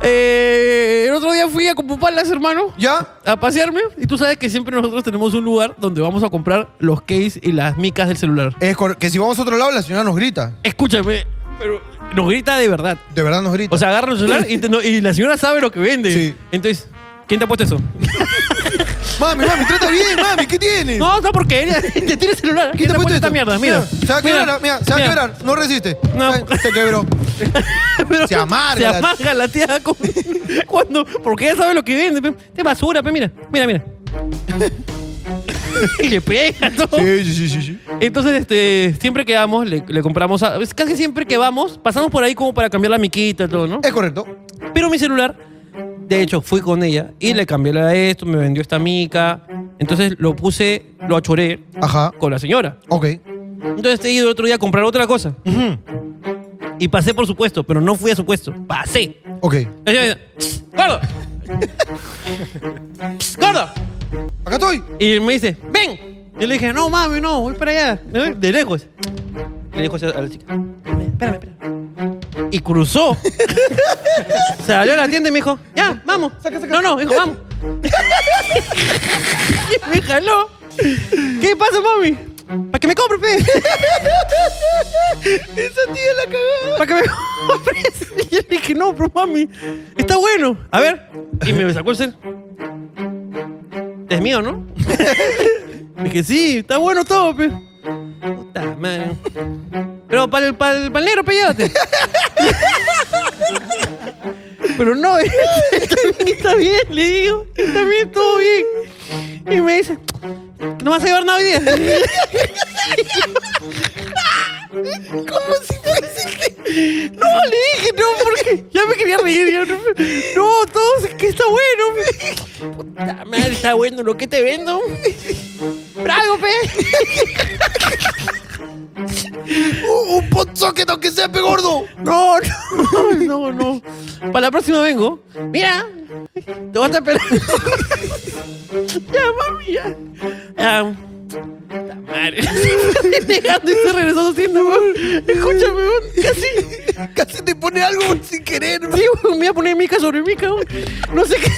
[SPEAKER 2] Eh, el otro día fui a Copupalas, hermano.
[SPEAKER 1] ¿Ya?
[SPEAKER 2] A pasearme. Y tú sabes que siempre nosotros tenemos un lugar donde vamos a comprar los case y las micas del celular.
[SPEAKER 1] Es cor- que si vamos a otro lado, la señora nos grita.
[SPEAKER 2] Escúchame, pero nos grita de verdad.
[SPEAKER 1] De verdad nos grita.
[SPEAKER 2] O sea, agarra el celular y, te- no- y la señora sabe lo que vende.
[SPEAKER 1] Sí.
[SPEAKER 2] Entonces, ¿quién te ha puesto eso?
[SPEAKER 1] mami, mami, trata bien, mami, ¿qué tienes?
[SPEAKER 2] No, no, porque ella te tiene el celular. ¿Quién, te ha puesto esta
[SPEAKER 1] esto?
[SPEAKER 2] mierda? Mira.
[SPEAKER 1] Se va a quebrar, mira, se va a quebrar. No resiste.
[SPEAKER 2] No.
[SPEAKER 1] Ay, Se quebró.
[SPEAKER 2] Pero
[SPEAKER 1] Se amarga
[SPEAKER 2] Se
[SPEAKER 1] la-
[SPEAKER 2] amarga la tía con- cuando. Porque ella sabe lo que vende. pe. Es basura, pe, mira. Mira, mira. y le pega todo.
[SPEAKER 1] Sí, sí, sí, sí, sí.
[SPEAKER 2] Entonces, este, siempre que vamos, le, le compramos. a- es casi siempre que vamos, pasamos por ahí como para cambiar la miquita y todo, ¿no?
[SPEAKER 1] Es correcto.
[SPEAKER 2] Pero mi celular, de hecho, fui con ella y le cambié la de esto, me vendió esta mica. Entonces lo puse, lo achoré
[SPEAKER 1] Ajá.
[SPEAKER 2] con la señora.
[SPEAKER 1] Ok.
[SPEAKER 2] Entonces te he ido el otro día a comprar otra cosa. Y pasé por su puesto, pero no fui a su puesto. Pasé.
[SPEAKER 1] Ok.
[SPEAKER 2] La señora dice, ¡Gordo! ¡Gordo!
[SPEAKER 1] Acá estoy.
[SPEAKER 2] Y me dice, ¡ven! Y le dije, no mami, no, voy para allá. De lejos. Le dijo así a la chica, espérame, espérame. Y cruzó. Salió a la tienda y me dijo, ya, vamos. No, no, dijo, vamos. y me jaló. ¿Qué pasa, mami? Para que me compres, pe. Esa tía la cagada. Para que me compres. Y yo le dije, no, pero mami, está bueno. A ver. Y me sacó el cel. Es mío, ¿no? Le dije, sí, está bueno todo, pe. Puta madre. Pero para el, para el, para el negro, pe, llévate. Pero no, está bien, está bien, le digo. Está bien, todo bien. Y me dice, no vas a llevar nada hoy día. ¿Cómo si fuese? No, le dije, no, porque ya me quería reír. ya no, no, todo es que está bueno. Puta madre, está bueno lo que te vendo. Bravo, pe.
[SPEAKER 1] Un, un pot socket, aunque sea pe gordo.
[SPEAKER 2] No, no, no, no. Para la próxima vengo. Mira, te vas a esperar. ya, mami, ya. Ya. puta madre. Negando y se regresó haciendo, weón. Escúchame, weón. Casi.
[SPEAKER 1] Casi te pone algo sin querer.
[SPEAKER 2] Sí, weón, me voy a poner mica sobre mica, weón. No sé qué.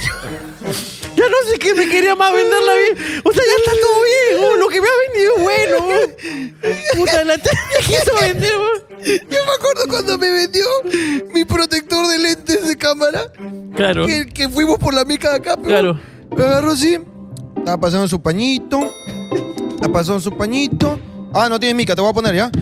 [SPEAKER 2] Ya no sé qué me quería más venderla bien. O sea, ya está todo bien, weón. Lo que me ha vendido es bueno, weón. Puta, la tía me quiso vender, weón.
[SPEAKER 1] Yo me acuerdo cuando me vendió mi protector de lentes de cámara.
[SPEAKER 2] Claro.
[SPEAKER 1] Que, que fuimos por la mica de acá, pero
[SPEAKER 2] Claro.
[SPEAKER 1] me agarró así. Estaba pasando su pañito. La pasó en su pañito. Ah, no tienes mica, te voy a poner ya.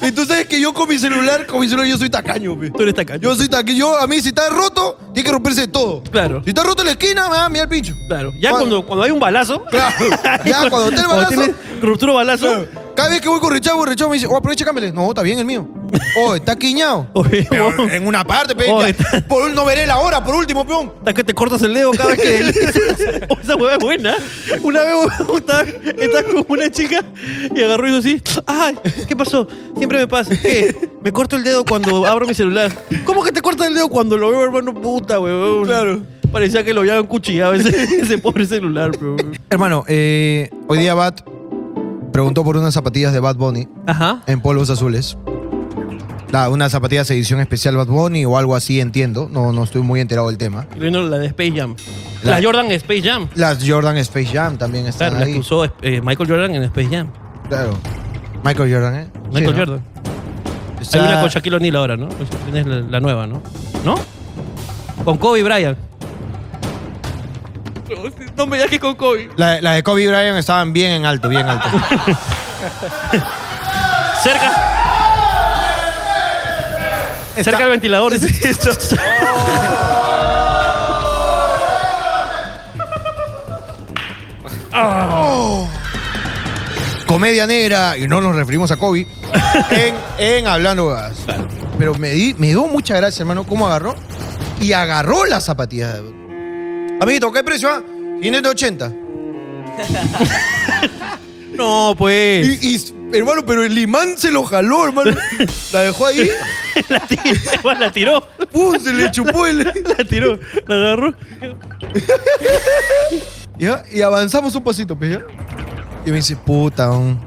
[SPEAKER 1] y tú sabes que yo con mi celular, con mi celular yo soy tacaño, pe.
[SPEAKER 2] Tú eres tacaño.
[SPEAKER 1] Yo soy tacaño. Yo, a mí, si está roto, tiene que romperse todo.
[SPEAKER 2] Claro.
[SPEAKER 1] Si está roto en la esquina, me da miedo el pincho.
[SPEAKER 2] Claro. Ya
[SPEAKER 1] Cuando-
[SPEAKER 2] cuando, cuando hay un balazo.
[SPEAKER 1] Claro. Ya, cuando está el balazo.
[SPEAKER 2] tienes ruptura o balazo.
[SPEAKER 1] Cada vez que voy con Richavo, Richavo me dice, oh, aprovecha, cámbiale. No, está bien el mío. Oh, está quiñado.
[SPEAKER 2] Oye,
[SPEAKER 1] Pero
[SPEAKER 2] vos,
[SPEAKER 1] en una parte, pe,
[SPEAKER 2] Oh,
[SPEAKER 1] ya.
[SPEAKER 2] está-
[SPEAKER 1] Por un- no veré la hora, por último, peón.
[SPEAKER 2] hasta que te cortas el dedo cada vez que. Esa hueá es buena. Una vez huevón, estaba, estaba con una chica y agarró y hizo así. ¡Ay! ¿Qué pasó? Siempre me pasa. ¿Qué? Me corto el dedo cuando abro mi celular. ¿Cómo que te cortas el dedo cuando lo veo, hermano? Puta, huevón. Claro. Parecía que lo habían cuchillado ese, ese pobre celular, pero.
[SPEAKER 1] Hermano, eh, hoy día Bat preguntó por unas zapatillas de Bad Bunny
[SPEAKER 2] Ajá.
[SPEAKER 1] en polvos azules. La, unas zapatillas edición especial Bad Bunny o algo así, entiendo. No, no estoy muy enterado del tema.
[SPEAKER 2] Viendo la de Space Jam.
[SPEAKER 1] La-
[SPEAKER 2] La, Jordan Space Jam.
[SPEAKER 1] Las Jordan Space Jam también están
[SPEAKER 2] Claro, la
[SPEAKER 1] ahí.
[SPEAKER 2] que usó eh, Michael Jordan en Space Jam.
[SPEAKER 1] Claro. Michael Jordan, ¿eh?
[SPEAKER 2] Michael
[SPEAKER 1] Sí, ¿no?
[SPEAKER 2] Jordan.
[SPEAKER 1] Está-
[SPEAKER 2] Hay una con Shaquille O'Neal ahora, ¿no? Pues Tienes la, la nueva, ¿no? ¿No? Con Kobe Bryant. No me que con Kobe.
[SPEAKER 1] La, la de Kobe Bryant estaban bien en alto, bien alto.
[SPEAKER 2] Cerca. Cerca del ventilador.
[SPEAKER 1] Comedia negra, y no nos referimos a Kobe, en, en Hablando Huevadas. Pero me, di- me dio mucha gracia, hermano, cómo agarró. Y agarró las zapatillas. Amiguito, ¿qué precio? Ah? 580.
[SPEAKER 2] no, pues.
[SPEAKER 1] Y, y, hermano, pero el imán se lo jaló, hermano. La dejó ahí.
[SPEAKER 2] la, tiró, la tiró.
[SPEAKER 1] ¡pum! se le chupó el.
[SPEAKER 2] La tiró. La agarró.
[SPEAKER 1] ¿Ya? Y avanzamos un pasito, pues, ¿ya? Y me dice, puta, um,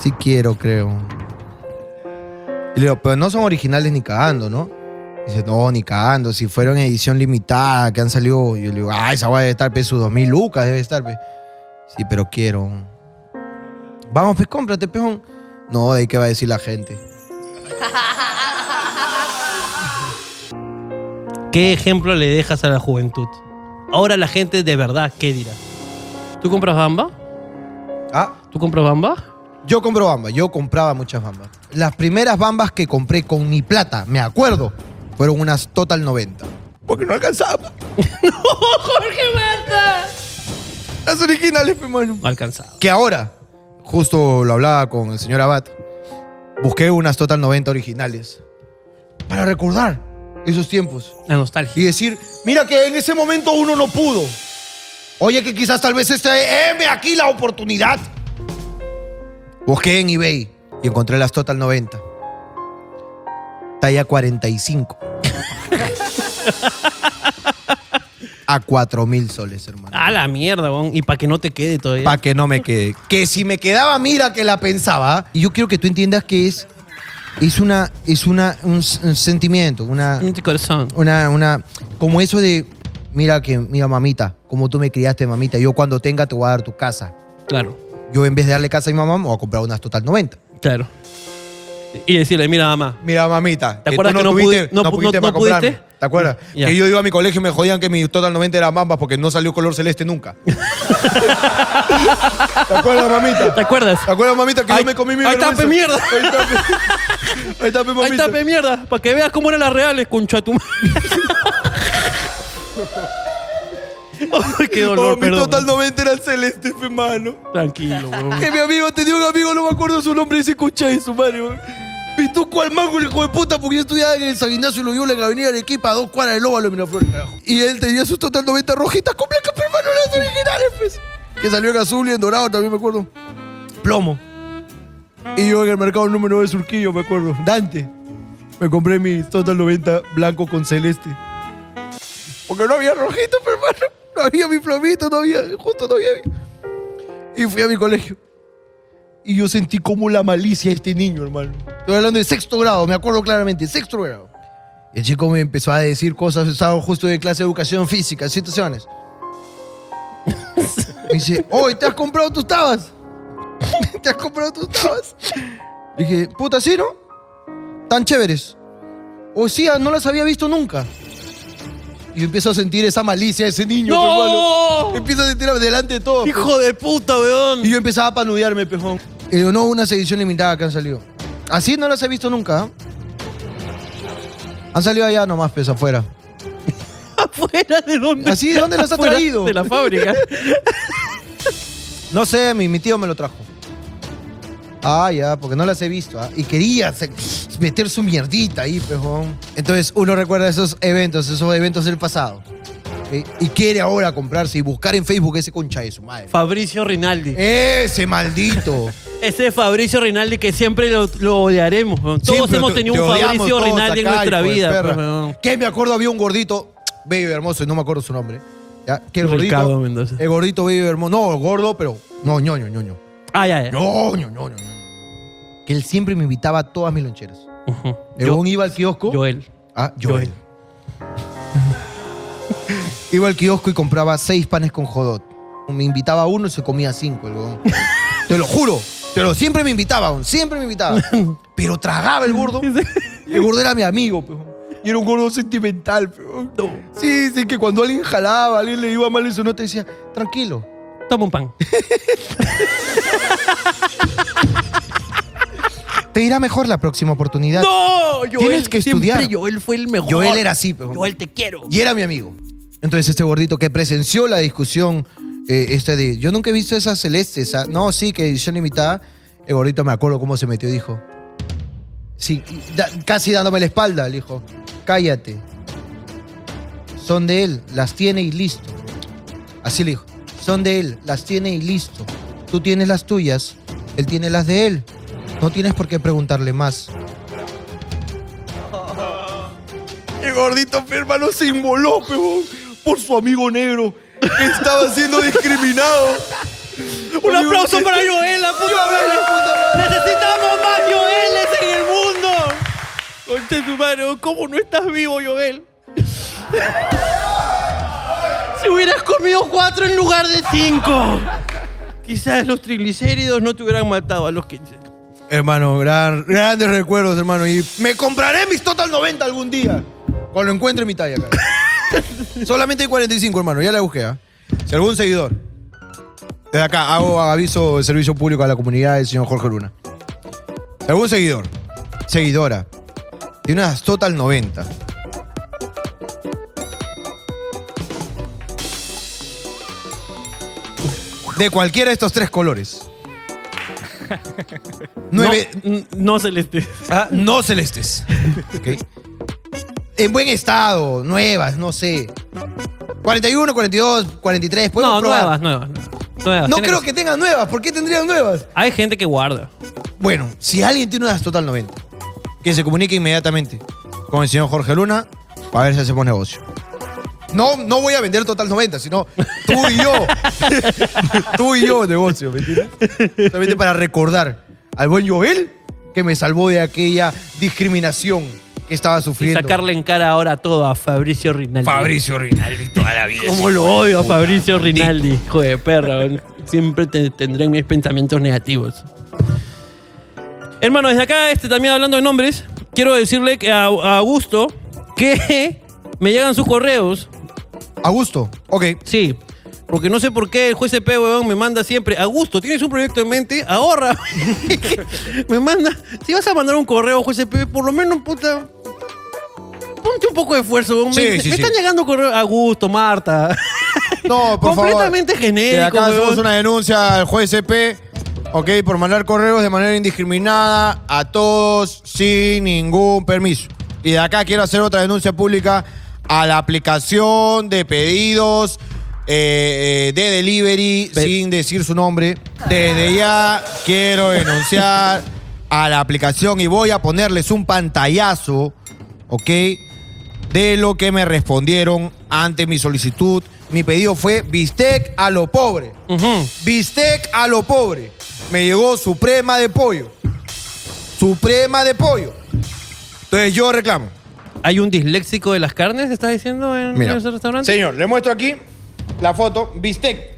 [SPEAKER 1] sí quiero, creo. Y le digo, pero no son originales ni cagando, ¿no? Dice, no, ni cagando, si fueron edición limitada, que han salido. Yo le digo, ah, esa va debe estar, pues, sus 2000 lucas debe estar, pues. Sí, pero quiero. um. Vamos, pues, cómprate, pejón. No, de ahí qué va a decir la gente.
[SPEAKER 2] ¿Qué ejemplo le dejas a la juventud? Ahora la gente de verdad, ¿qué dirá? ¿Tú compras bamba?
[SPEAKER 1] Ah,
[SPEAKER 2] ¿Tú compras bamba?
[SPEAKER 1] Yo compro bambas, yo compraba muchas bambas. Las primeras bambas que compré con mi plata, me acuerdo, fueron unas total 90. Porque no alcanzaba.
[SPEAKER 2] ¡Jorge Mata!
[SPEAKER 1] Las originales, pe, mano.
[SPEAKER 2] Alcanzado.
[SPEAKER 1] Que ahora, justo lo hablaba con el señor Abad, busqué unas total 90 originales para recordar esos tiempos
[SPEAKER 2] La nostalgia.
[SPEAKER 1] y decir, mira que en ese momento uno no pudo. Oye, que quizás tal vez esta M aquí la oportunidad. Busqué en eBay y encontré las Total 90. Talla 45. A 4 mil soles, hermano.
[SPEAKER 2] A la mierda, bon. Y para que no te quede todavía.
[SPEAKER 1] Para que no me quede. Que si me quedaba, mira que la pensaba. Y yo quiero que tú entiendas que es. Es una. Es una. Un, s- un sentimiento. Una
[SPEAKER 2] Un corazón.
[SPEAKER 1] una, una, como eso de, mira que, mira mamita, como tú me criaste mamita, yo cuando tenga te voy a dar tu casa.
[SPEAKER 2] Claro,
[SPEAKER 1] Yo en vez de darle casa a mi mamá, me voy a comprar unas total 90.
[SPEAKER 2] claro. Y decirle, mira, mamá.
[SPEAKER 1] Mira mamita,
[SPEAKER 2] ¿Te acuerdas
[SPEAKER 1] tú
[SPEAKER 2] que no
[SPEAKER 1] tuviste-
[SPEAKER 2] pudi- no pu- no-
[SPEAKER 1] para
[SPEAKER 2] no pudiste? Mm,
[SPEAKER 1] comprarme, ¿Te acuerdas?
[SPEAKER 2] Ya.
[SPEAKER 1] Que yo iba a mi colegio y me jodían que mi total 90 era mambas porque no salió color celeste nunca. ¿Te acuerdas mamita?
[SPEAKER 2] ¿Te acuerdas?
[SPEAKER 1] ¿Te acuerdas mamita que
[SPEAKER 2] Ahí-
[SPEAKER 1] yo me comí mi
[SPEAKER 2] ahí está,
[SPEAKER 1] vergüenza?
[SPEAKER 2] pe, mierda.
[SPEAKER 1] Ahí está, pe- ahí está, pe,
[SPEAKER 2] Ahí
[SPEAKER 1] mamita.
[SPEAKER 2] está, pe mierda. Para que veas cómo eran las reales, concha tu madre. Ay, qué dolor,
[SPEAKER 1] Oh, mi
[SPEAKER 2] perdón.
[SPEAKER 1] total 90 era celeste, pe, mano.
[SPEAKER 2] Tranquilo, weón.
[SPEAKER 1] Que mi amigo tenía un amigo, no me acuerdo su nombre, ese escucha eso, Mario. Pituco al mango, el hijo de puta, porque yo estudiaba en el Sabinazo y lo vio en la avenida de Arequipa, a dos cuadras del óvalo de Miraflores, carajo. Y él tenía sus total 90 rojitas con blancas, pero hermano, las originales, pues. Que salió en azul y en dorado, también me acuerdo. Plomo. Y yo en el mercado número 9 de Surquillo, me acuerdo. Dante. Me compré mi total 90 blanco con celeste. Porque no había rojito, pero hermano. No había mi plomito, no había, justo no había. Y fui a mi colegio. Y yo sentí como la malicia de este niño, hermano. Estoy hablando de sexto grado, me acuerdo claramente, sexto grado. El chico me empezó a decir cosas, estaba justo de clase de educación física, situaciones. Me dice, hoy ¿te has comprado tus tabas? ¿Te has comprado tus tabas? Dije, puta, ¿sí, no? Tan chéveres. O sí, ah, no las había visto nunca. Yo empiezo a sentir esa malicia de ese niño,
[SPEAKER 2] ¡No!
[SPEAKER 1] pe, mano. Empiezo a sentir delante de todo.
[SPEAKER 2] Hijo de puta, weón.
[SPEAKER 1] Y yo empezaba a panudearme, pejón. Y digo, no, unas edición limitada que han salido. Así no las he visto nunca. ¿ah? Han salido allá nomás, pesa afuera.
[SPEAKER 2] Afuera de dónde.
[SPEAKER 1] Así, ¿de dónde las has
[SPEAKER 2] Afuera
[SPEAKER 1] traído?
[SPEAKER 2] De la fábrica.
[SPEAKER 1] No sé, mi, mi tío me lo trajo. Ah, ya, porque no las he visto. ¿ah? Y quería se- meter su mierdita ahí, pejón. Entonces uno recuerda esos eventos, esos eventos del pasado. ¿ok? Y quiere ahora comprarse y buscar en Facebook ese concha de su madre.
[SPEAKER 2] Fabricio Rinaldi.
[SPEAKER 1] Eh. Ese maldito.
[SPEAKER 2] Ese Fabricio Rinaldi que siempre lo, lo odiaremos. weón. Todos
[SPEAKER 1] Siempre
[SPEAKER 2] hemos
[SPEAKER 1] te-
[SPEAKER 2] tenido
[SPEAKER 1] te
[SPEAKER 2] un
[SPEAKER 1] odiamos
[SPEAKER 2] Fabricio
[SPEAKER 1] todos
[SPEAKER 2] Rinaldi en
[SPEAKER 1] acá,
[SPEAKER 2] nuestra
[SPEAKER 1] hijo de
[SPEAKER 2] vida.
[SPEAKER 1] perra.
[SPEAKER 2] pues, weón.
[SPEAKER 1] Que me acuerdo había un gordito, bello y hermoso, y no me acuerdo su nombre. Ya, que el
[SPEAKER 2] Ricardo
[SPEAKER 1] gordito.
[SPEAKER 2] Mendoza.
[SPEAKER 1] El gordito, bello y hermoso. No, gordo, pero. No, ñoño, ñoño.
[SPEAKER 2] Ah, ya, ya.
[SPEAKER 1] ñoño, ñoño, ñoño. Que él siempre me invitaba a todas mis loncheras.
[SPEAKER 2] Ujú.
[SPEAKER 1] El
[SPEAKER 2] Yo-
[SPEAKER 1] huevón iba al kiosco.
[SPEAKER 2] Joel.
[SPEAKER 1] Ah, Joel.
[SPEAKER 2] Joel.
[SPEAKER 1] iba al kiosco y compraba seis panes con jodot. Me invitaba a uno y se comía cinco, el huevón. te lo juro. Pero siempre me invitaba, huevón, siempre me invitaba. Pero tragaba el gordo. El gordo era mi amigo, pe, huevón. Y era un gordo sentimental, pe, huevón. Sí, sí, que cuando alguien jalaba, alguien le iba mal en su nota, decía, tranquilo.
[SPEAKER 2] Toma un pan.
[SPEAKER 1] Te irá mejor la próxima oportunidad.
[SPEAKER 2] ¡No! Joel.
[SPEAKER 1] Tienes que
[SPEAKER 2] Siempre
[SPEAKER 1] estudiar.
[SPEAKER 2] Joel fue el mejor.
[SPEAKER 1] Joel era así, pe, huevón.
[SPEAKER 2] Joel, te quiero.
[SPEAKER 1] Y era mi amigo. Entonces este gordito que presenció la discusión, eh, esta de, yo nunca he visto esas celestes. ah, No, sí, que edición limitada. El gordito me acuerdo cómo se metió, dijo. Sí, y da- casi dándome la espalda, le dijo, cállate. Son de él, las tiene y listo. Así le dijo, son de él, las tiene y listo. Tú tienes las tuyas, él tiene las de él. No tienes por qué preguntarle más. El gordito hermano se inmoló, pebón, por su amigo negro. que Estaba siendo discriminado.
[SPEAKER 2] ¡Un aplauso para Joel, la puta madre! ¡Necesitamos más Joeles en el mundo! Conche tu madre, ¿cómo no estás vivo, Joel? Si hubieras comido cuatro en lugar de cinco, quizás los triglicéridos no te hubieran matado a los 15.
[SPEAKER 1] Hermano, gran- grandes recuerdos, hermano. Y me compraré mis Total 90 algún día. Cuando encuentre mi talla, cara. Solamente hay 45, hermano. Ya la busqué. ¿ah? Si algún seguidor. Desde acá hago aviso de servicio público a la comunidad del señor Jorge Luna. Si algún seguidor, seguidora, tiene unas Total 90. De cualquiera de estos tres colores. Nueve,
[SPEAKER 2] No, no celeste.
[SPEAKER 1] Ah, no celestes. Ok. En buen estado, nuevas, no sé. 41, 42, 43, podemos
[SPEAKER 2] No,
[SPEAKER 1] probar.
[SPEAKER 2] nuevas, nuevas. nuevas.
[SPEAKER 1] No
[SPEAKER 2] Tiene
[SPEAKER 1] creo
[SPEAKER 2] ser-
[SPEAKER 1] que tengan nuevas. ¿Por qué tendrían nuevas?
[SPEAKER 2] Hay gente que guarda.
[SPEAKER 1] Bueno, si alguien tiene unas Total 90, que se comunique inmediatamente con el señor Jorge Luna para ver si hacemos negocio. No, no voy a vender Total 90, sino tú y yo. tú y yo negocio, ¿me entiendes? Solamente para recordar al buen Joel que me salvó de aquella discriminación que estaba
[SPEAKER 2] Y
[SPEAKER 1] sufriendo.
[SPEAKER 2] sacarle en cara ahora todo a Fabricio Rinaldi.
[SPEAKER 5] Fabricio Rinaldi toda la vida.
[SPEAKER 2] ¿Cómo lo odio a Fabricio Rinaldi, hijo de perra? weón. Siempre te- tendré mis pensamientos negativos. Hermano, desde acá, este, también hablando de nombres, quiero decirle que a, a Augusto que me llegan sus correos.
[SPEAKER 1] Augusto, ok.
[SPEAKER 2] Sí. Porque no sé por qué el juez CP, huevón, me manda siempre, Augusto, ¿tienes un proyecto en mente? Ahorra. me manda, si vas a mandar un correo, juez CP, por lo menos, puta, ponte un poco de esfuerzo. huevón.
[SPEAKER 1] Sí,
[SPEAKER 2] me,
[SPEAKER 1] sí,
[SPEAKER 2] me
[SPEAKER 1] sí.
[SPEAKER 2] están llegando correos, Augusto, Marta.
[SPEAKER 1] No, por favor.
[SPEAKER 2] Completamente genérico,
[SPEAKER 1] De acá hacemos
[SPEAKER 2] huevón.
[SPEAKER 1] una denuncia al juez CP, ok, por mandar correos de manera indiscriminada a todos sin ningún permiso. Y de acá quiero hacer otra denuncia pública a la aplicación de pedidos eh, eh, de delivery sin decir su nombre. Desde ya quiero denunciar a la aplicación y voy a ponerles un pantallazo, ok de lo que me respondieron ante mi solicitud. Mi pedido fue bistec a lo pobre. Bistec a lo pobre. Me llegó suprema de pollo. Suprema de pollo. Entonces yo reclamo.
[SPEAKER 2] ¿Hay un disléxico de las carnes, estás diciendo, en
[SPEAKER 1] Mira,
[SPEAKER 2] ese restaurante?
[SPEAKER 1] Señor, le muestro aquí la foto bistec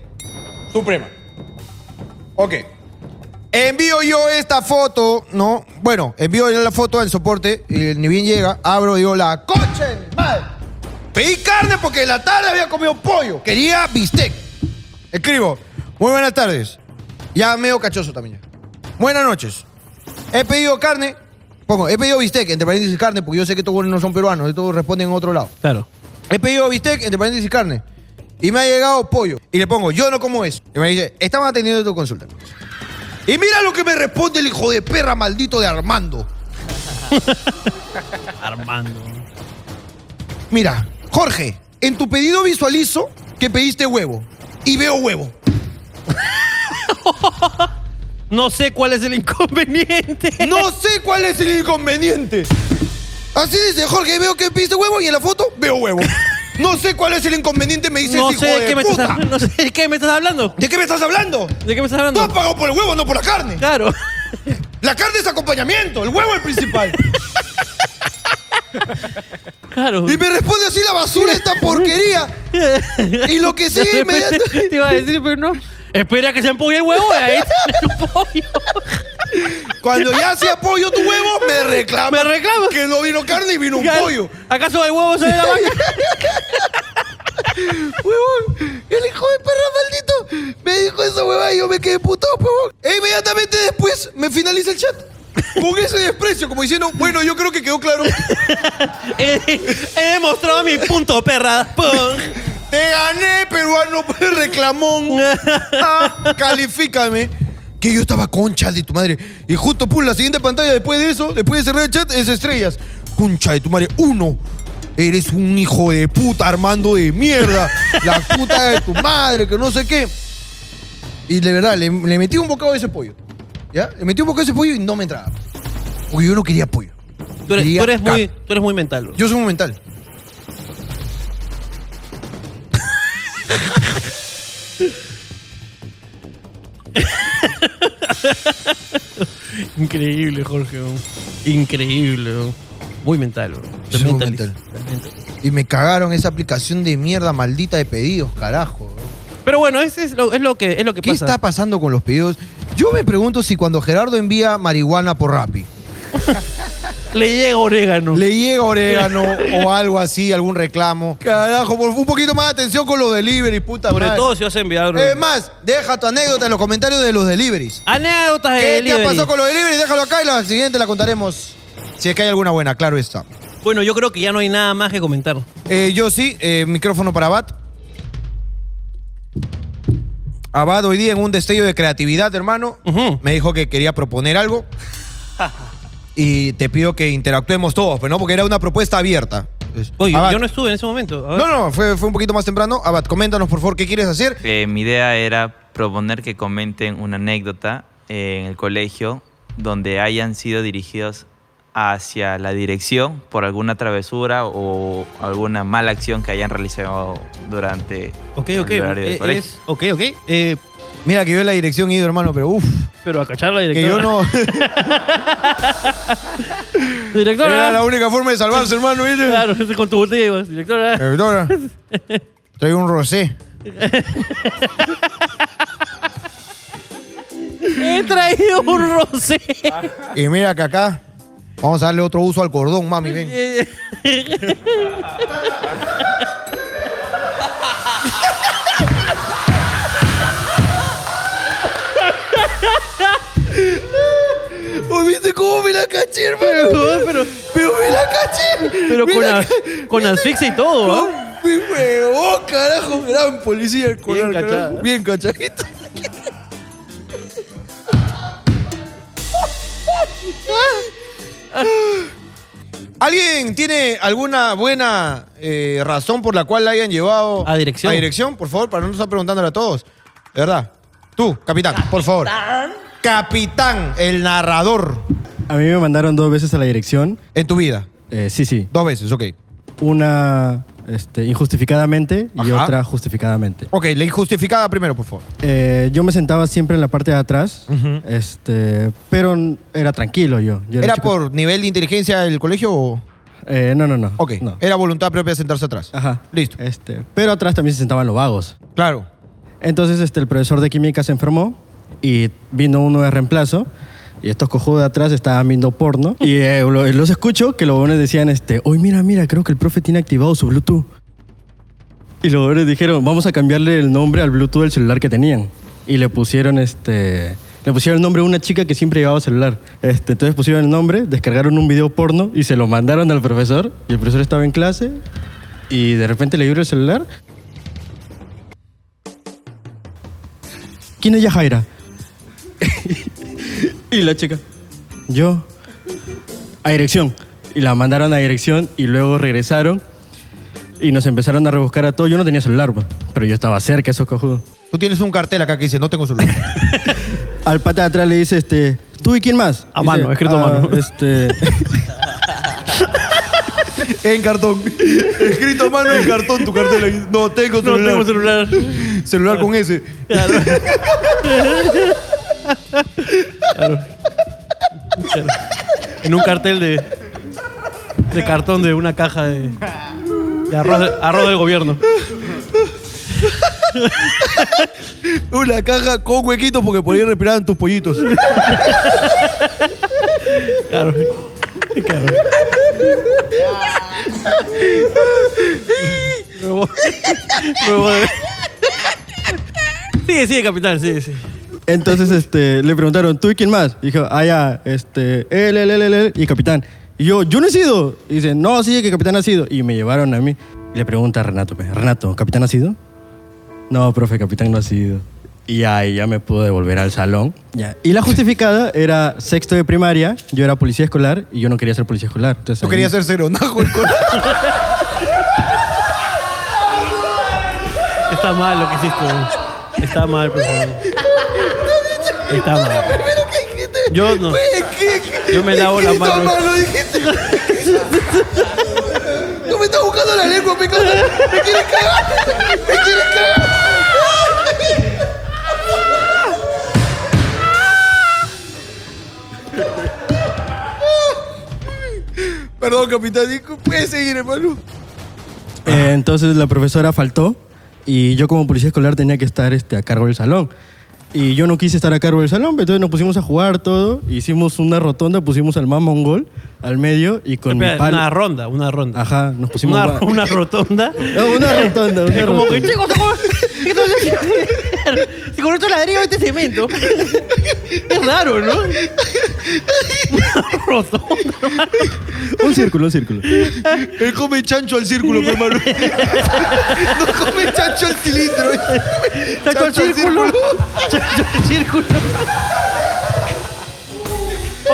[SPEAKER 1] suprema. Ok. Envío yo esta foto, ¿no? Bueno, envío yo la foto al soporte y ni bien llega, abro y digo la coche, madre. Pedí carne porque en la tarde había comido pollo. Quería bistec. Escribo. Muy buenas tardes. Ya medio cachoso también. ya. Buenas noches. He pedido carne. Pongo, he pedido bistec, entre paréntesis carne, porque yo sé que estos buenos no son peruanos, estos responden en otro lado.
[SPEAKER 2] Claro.
[SPEAKER 1] He pedido bistec, entre paréntesis carne. Y me ha llegado pollo. Y le pongo, yo no como eso. Y me dice, estamos atendiendo tu consulta. Y mira lo que me responde el hijo de perra maldito de Armando.
[SPEAKER 2] Armando.
[SPEAKER 1] Mira, Jorge, en tu pedido visualizo que pediste huevo. Y veo huevo.
[SPEAKER 2] No sé cuál es el inconveniente.
[SPEAKER 1] No sé cuál es el inconveniente. Así dice Jorge, veo que pediste huevo y en la foto veo huevo. No sé cuál es el inconveniente, me dice
[SPEAKER 2] No
[SPEAKER 1] ese hijo
[SPEAKER 2] sé de
[SPEAKER 1] de
[SPEAKER 2] qué me
[SPEAKER 1] puta.
[SPEAKER 2] estás, no sé de qué me estás hablando.
[SPEAKER 1] ¿De qué me estás hablando?
[SPEAKER 2] ¿De qué me estás
[SPEAKER 1] Tú has
[SPEAKER 2] hablando?
[SPEAKER 1] pagado por el huevo, no por la carne.
[SPEAKER 2] Claro.
[SPEAKER 1] La carne es acompañamiento, el huevo es el principal.
[SPEAKER 2] Claro.
[SPEAKER 1] Y me responde así la basura esta porquería. Y lo que sigue inmediatamente.
[SPEAKER 2] Te iba a decir, pero no. Espera que se empugue el huevo ¿eh? y ahí tiene un pollo.
[SPEAKER 1] Cuando ya se apoyo tu huevo, me reclama.
[SPEAKER 2] Me reclama.
[SPEAKER 1] Que no vino carne y vino un
[SPEAKER 2] Claro.
[SPEAKER 1] pollo.
[SPEAKER 2] ¿Acaso el huevo sale de la vaca?
[SPEAKER 1] Huevón, el hijo de perra maldito me dijo esa huevada y yo me quedé putado, huevón. E inmediatamente después me finaliza el chat. Con ese desprecio, como diciendo, bueno, yo creo que quedó claro.
[SPEAKER 2] He, he demostrado mi punto, perra. Pum.
[SPEAKER 1] Te gané, peruano, por el reclamón. Ah, califícame. Que yo estaba concha de tu madre. Y justo, pum, la siguiente pantalla después de eso, después de cerrar el chat, es estrellas. Concha de tu madre. Uno. Eres un hijo de puta, Armando de mierda. La puta de tu madre, que no sé qué. Y de verdad, le, le metí un bocado de ese pollo. ¿Ya? Le metí un bocado de ese pollo y no me entraba. Porque yo no quería pollo.
[SPEAKER 2] Tú eres,
[SPEAKER 1] Quería
[SPEAKER 2] tú eres muy,
[SPEAKER 1] carne.
[SPEAKER 2] tú eres muy mental. bro.
[SPEAKER 1] Yo soy un mental.
[SPEAKER 2] Increíble, Jorge. bro. Increíble. bro. Muy mental. bro.
[SPEAKER 1] Soy muy
[SPEAKER 2] Mentalista.
[SPEAKER 1] Y me cagaron esa aplicación de mierda maldita de pedidos, carajo.
[SPEAKER 2] Pero bueno, es, es, lo, es lo que, es lo que
[SPEAKER 1] ¿Qué
[SPEAKER 2] pasa.
[SPEAKER 1] está pasando con los pedidos? Yo me pregunto si cuando Gerardo envía marihuana por Rappi,
[SPEAKER 2] Le llega orégano.
[SPEAKER 1] le llega orégano o algo así, algún reclamo. Carajo, por un poquito más de atención con los deliveries, puta
[SPEAKER 2] Sobre
[SPEAKER 1] madre.
[SPEAKER 2] todo si Eh, vas a enviar. bro.
[SPEAKER 1] Es más, deja tu anécdota en los comentarios de los deliveries.
[SPEAKER 2] Anécdotas de
[SPEAKER 1] ¿Qué
[SPEAKER 2] delivery.
[SPEAKER 1] te ha pasado con los deliveries? Déjalo acá y la siguiente la contaremos. Si es que hay alguna buena, claro está.
[SPEAKER 2] Bueno, yo creo que ya no hay nada más que comentar.
[SPEAKER 1] Eh, yo sí, eh, micrófono para Abad. Abad hoy día en un destello de creatividad, hermano,
[SPEAKER 2] Ujú.
[SPEAKER 1] me dijo que quería proponer algo. y te pido que interactuemos todos, pero no, porque era una propuesta abierta. Entonces,
[SPEAKER 2] Oye,
[SPEAKER 1] Abad,
[SPEAKER 2] yo no estuve en ese momento. A ver.
[SPEAKER 1] Ah, no, no, fue, fue un poquito más temprano. Abad, coméntanos por favor qué quieres hacer.
[SPEAKER 6] Eh, mi idea era proponer que comenten una anécdota eh, en el colegio donde hayan sido dirigidos hacia la dirección por alguna travesura o alguna mala acción que hayan realizado durante
[SPEAKER 2] Ok, ok.
[SPEAKER 6] el horario del
[SPEAKER 2] eh,
[SPEAKER 6] colegio.
[SPEAKER 2] es- ok, ok. Eh,
[SPEAKER 1] Mira que yo en la dirección he ido, hermano, pero uff,
[SPEAKER 2] pero a cachar la
[SPEAKER 1] que
[SPEAKER 2] directora.
[SPEAKER 1] yo no.
[SPEAKER 2] Directora.
[SPEAKER 1] era la única forma de salvarse, hermano. ¿viste?
[SPEAKER 2] Claro, con tu botella ibas,
[SPEAKER 7] ¿eh?
[SPEAKER 2] directora.
[SPEAKER 1] Doctora, traigo un rosé.
[SPEAKER 2] He traído un rosé.
[SPEAKER 1] Y mira que acá vamos a darle otro uso al cordón, mami, ven.
[SPEAKER 2] Eh,
[SPEAKER 1] Oh, ¿Viste cómo me la caché, hermano?
[SPEAKER 2] pero, pero,
[SPEAKER 1] Pero me la caché.
[SPEAKER 2] pero
[SPEAKER 1] Me
[SPEAKER 2] con,
[SPEAKER 1] la
[SPEAKER 2] a-
[SPEAKER 1] ca-
[SPEAKER 2] con asfixia y todo. ¿ah?
[SPEAKER 1] Me huevó, carajo. Gran policía el color,
[SPEAKER 2] Bien
[SPEAKER 1] carajo.
[SPEAKER 2] cachada.
[SPEAKER 1] Bien cachadito. ¿Alguien tiene alguna buena eh, razón por la cual la hayan llevado
[SPEAKER 2] A dirección.
[SPEAKER 1] A dirección, por favor, para no estar preguntándole a todos. De verdad. Tú, capitán, por favor. Capitán, el narrador
[SPEAKER 8] A mí me mandaron dos veces a la dirección.
[SPEAKER 1] en tu vida.
[SPEAKER 8] Eh, sí, sí.
[SPEAKER 1] Dos veces, ok.
[SPEAKER 8] Una este, injustificadamente y
[SPEAKER 1] Ajá.
[SPEAKER 8] otra justificadamente.
[SPEAKER 1] Ok, la injustificada primero, por favor.
[SPEAKER 8] Eh, yo me sentaba siempre en la parte de atrás, este, pero n- era tranquilo yo. Yo
[SPEAKER 1] ¿Era
[SPEAKER 8] chico-
[SPEAKER 1] por nivel de inteligencia del colegio o.?
[SPEAKER 8] Eh, no, no, no.
[SPEAKER 1] Ok,
[SPEAKER 8] no.
[SPEAKER 1] era voluntad propia sentarse atrás.
[SPEAKER 8] Ajá.
[SPEAKER 1] Listo.
[SPEAKER 8] Este, pero atrás también se sentaban los vagos.
[SPEAKER 1] Claro.
[SPEAKER 8] Entonces este, el profesor de química se enfermó y vino uno de reemplazo. Y estos cojudos de atrás estaban viendo porno. Y eh, lo- los escucho que los jóvenes decían, este, hoy mira, mira, creo que el profe tiene activado su Bluetooth. Y los huevones dijeron, vamos a cambiarle el nombre al Bluetooth del celular que tenían. Y le pusieron este. Le pusieron el nombre a una chica que siempre llevaba celular. Este, entonces pusieron el nombre, descargaron un video porno y se lo mandaron al profesor. Y el profesor estaba en clase y de repente le vibra el celular. ¿Quién es Yajaira? y la chica, yo, a dirección. Y la mandaron a dirección y luego regresaron y nos empezaron a rebuscar a todos. Yo no tenía celular, pues, pero yo estaba cerca, esos cojudos.
[SPEAKER 1] Tú tienes un cartel acá que dice, no tengo celular.
[SPEAKER 8] Al pata de atrás le dice, este, ¿tú y quién más?
[SPEAKER 7] A
[SPEAKER 8] Dice,
[SPEAKER 7] mano, escrito a
[SPEAKER 8] "Ah,
[SPEAKER 7] mano".
[SPEAKER 8] Este,
[SPEAKER 1] en cartón. Escrito a mano en cartón tu cartel. ahí. No tengo
[SPEAKER 7] No
[SPEAKER 1] celular.
[SPEAKER 7] tengo celular.
[SPEAKER 1] Celular con S.
[SPEAKER 7] En un cartel de, de cartón de una caja de, de arroz, arroz del gobierno.
[SPEAKER 1] Una caja con huequitos porque por ahí respiraban tus pollitos.
[SPEAKER 7] Claro. Claro. Huevo- huevo de- Sigue, sigue, capitán, sigue, sigue.
[SPEAKER 8] entonces este, le preguntaron, ¿tú y quién más? Y dijo, ah, ya, este, él, él, él, él, él, y capitán. Y yo, yo no he sido. Y dice, no, sí, que capitán ha sido. Y me llevaron a mí. Y le pregunta a Renato, pues, Renato, ¿capitán ha sido? No, profe, capitán no ha sido. Y ahí ya me pudo devolver al salón. Ya. Y la justificada era sexto de primaria, yo era policía escolar y yo no quería ser policía escolar. Entonces,
[SPEAKER 1] Tú
[SPEAKER 8] ahí-
[SPEAKER 1] querías ser ceronajo.
[SPEAKER 7] Está mal lo que hiciste. Está mal, por favor. Está mal. Yo no. Yo me lavo la
[SPEAKER 1] Escrito a
[SPEAKER 7] mano.
[SPEAKER 1] mano, dijiste. Tú me estás buscando la lengua, me cago. Me quieres cagar. Me quieres cagar. Perdón, capitán, disculpe. puedes seguir, hermano.
[SPEAKER 8] Eh, entonces la profesora faltó y yo como policía escolar tenía que estar este, a cargo del salón. Y yo no quise estar a cargo del salón, pero entonces nos pusimos a jugar todo, hicimos una rotonda, pusimos al más mongol al medio y con mi
[SPEAKER 7] Espera,
[SPEAKER 8] palo...
[SPEAKER 7] Una ronda, una ronda.
[SPEAKER 8] Ajá, nos pusimos...
[SPEAKER 7] Una,
[SPEAKER 8] ba-
[SPEAKER 7] una rotonda.
[SPEAKER 8] No, una rotonda, una
[SPEAKER 7] Es como que-
[SPEAKER 8] rotonda.
[SPEAKER 3] Chicos, ¿cómo- entonces, si con esto ladrillo este cemento. Es raro, ¿no?
[SPEAKER 7] rotonda.
[SPEAKER 8] Un círculo, un círculo.
[SPEAKER 1] Él come chancho al círculo, pe, hermano. No come chancho al cilindro.
[SPEAKER 7] Chacho al círculo. Chacho al círculo.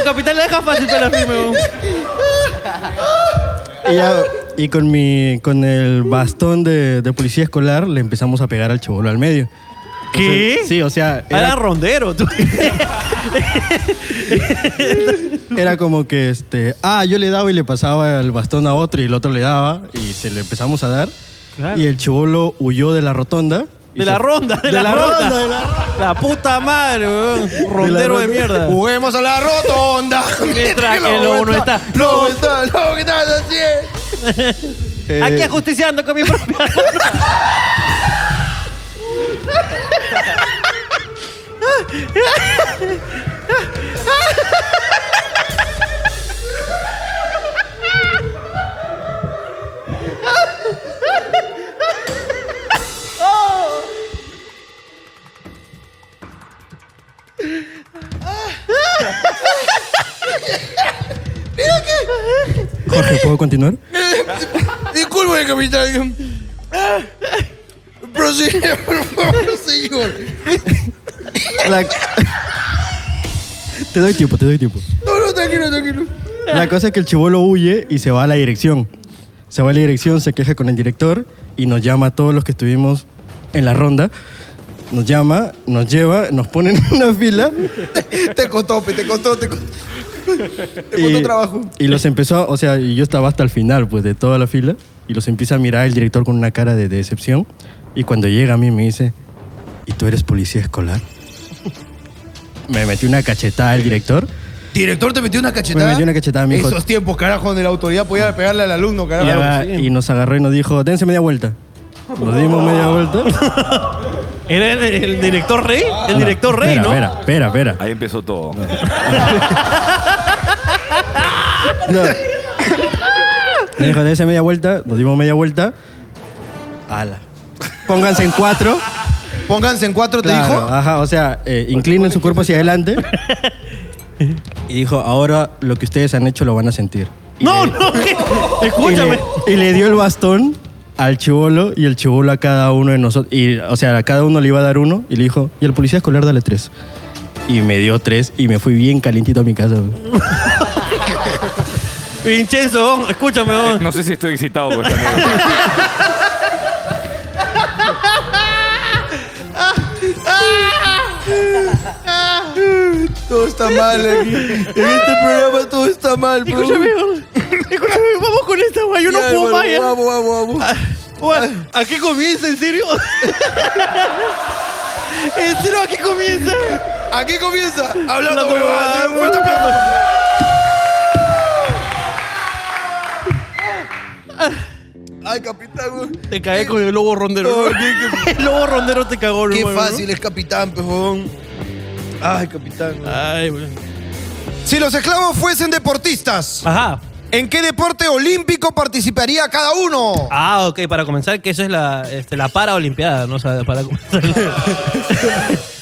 [SPEAKER 7] O capitán, la deja fácil para la firme, weón.
[SPEAKER 8] Y, ya- y con, mi, con el bastón de, de policía escolar le empezamos a pegar al chivolo al medio.
[SPEAKER 7] ¿Qué?
[SPEAKER 8] Sí, o sea...
[SPEAKER 7] Era,
[SPEAKER 8] era-
[SPEAKER 7] rondero, tú.
[SPEAKER 8] Era como que, este, ah, yo le daba y le pasaba el bastón a otro y el otro le daba y se le empezamos a dar.
[SPEAKER 7] Claro.
[SPEAKER 8] Y el chivolo huyó de la rotonda. y
[SPEAKER 7] De la
[SPEAKER 8] se-
[SPEAKER 7] ronda, de, la, ronda.
[SPEAKER 8] de la ronda.
[SPEAKER 7] La puta madre, weón. Rondero de,
[SPEAKER 8] ronda. Uh.
[SPEAKER 7] mierda.
[SPEAKER 1] Juguemos a la rotonda.
[SPEAKER 7] Mientras que lobo no está.
[SPEAKER 1] Lobo está, lobo que está haciendo.
[SPEAKER 8] Eh,
[SPEAKER 7] Aquí ajusticiando con mi propia mano.
[SPEAKER 8] Jorge, ¿puedo continuar?
[SPEAKER 1] Disculpe, capitán. Prosigue, por favor, señor.
[SPEAKER 8] La- te doy tiempo, te doy tiempo.
[SPEAKER 1] No, no, tranquilo, tranquilo.
[SPEAKER 8] La cosa es que el chivolo huye y se va a la dirección. Se va a la dirección, se queja con el director y nos llama a todos los que estuvimos en la ronda. Nos llama, nos lleva, nos pone en una fila
[SPEAKER 1] Te costó, pe, te costó, te costó. Te
[SPEAKER 8] y,
[SPEAKER 1] costó trabajo.
[SPEAKER 8] y los empezó, o sea, y yo estaba hasta el final, pues, de toda la fila. Y los empieza a mirar el director con una cara de decepción. Y cuando llega a mí me dice, ¿y tú eres policía escolar? Me metió una cachetada el director.
[SPEAKER 1] Director, te metió una cachetada.
[SPEAKER 8] Me metió una cachetada, mijo.
[SPEAKER 1] Esos tiempos, carajo, donde la autoridad podía pegarle al alumno,
[SPEAKER 8] Y,
[SPEAKER 1] carajo.
[SPEAKER 8] ahora- y nos agarró y nos dijo, dense media vuelta. Nos dimos media vuelta.
[SPEAKER 7] Era el, el director rey.
[SPEAKER 8] Ah,
[SPEAKER 7] El director rey,
[SPEAKER 8] espera,
[SPEAKER 7] ¿no?
[SPEAKER 8] Espera, espera, espera.
[SPEAKER 9] Ahí empezó todo.
[SPEAKER 8] No. Me dijo, de esa media vuelta, nos dimos media vuelta. Ala. pónganse en cuatro.
[SPEAKER 1] Pónganse en cuatro, te
[SPEAKER 8] Claro,
[SPEAKER 1] dijo.
[SPEAKER 8] Ajá, o sea, eh, inclinen su cuerpo hacia adelante. Y dijo, ahora lo que ustedes han hecho lo van a sentir.
[SPEAKER 2] No, no, ¿qué?
[SPEAKER 8] Y le,
[SPEAKER 2] escúchame.
[SPEAKER 8] y le dio el bastón al chivolo y el chivolo a cada uno de nosotros. Y, o sea, a cada uno le iba a dar uno y le dijo, y al policía escolar dale tres. Y me dio tres y me fui bien calientito a mi casa. güey.
[SPEAKER 2] Vincenzo, oh, escúchame. oh.
[SPEAKER 9] No sé si estoy excitado por esta anécdota.
[SPEAKER 1] Todo está mal aquí. En este programa todo está mal, bro.
[SPEAKER 10] Escúchame, vamos. Escúchame, vamos con esta, güey. Yo no
[SPEAKER 1] Ya,
[SPEAKER 10] puedo
[SPEAKER 1] hermano,
[SPEAKER 10] más. ya.
[SPEAKER 1] Vamos, vamos, vamos.
[SPEAKER 10] Güey, ¿A qué comienza, en serio? ¿En serio a qué comienza?
[SPEAKER 1] Aquí comienza. Hablando
[SPEAKER 10] Hablando
[SPEAKER 1] huevadas.
[SPEAKER 10] huevadas.
[SPEAKER 1] Un fuerte aplauso. Ay, capitán.
[SPEAKER 10] Te caí con el lobo rondero.
[SPEAKER 1] No,
[SPEAKER 10] ¿no? el lobo rondero te cagó,
[SPEAKER 1] Oh. Qué
[SPEAKER 10] hermano, ¿no?
[SPEAKER 1] fácil es capitán, pejón. Ay, capitán.
[SPEAKER 2] Ay, güey.
[SPEAKER 1] Si los esclavos fuesen deportistas,
[SPEAKER 2] Ajá.
[SPEAKER 1] ¿en qué deporte olímpico participaría cada uno?
[SPEAKER 2] Ah, ok, para comenzar, que eso es la, este, la para olimpiada, ¿no? O sea, para comenzar.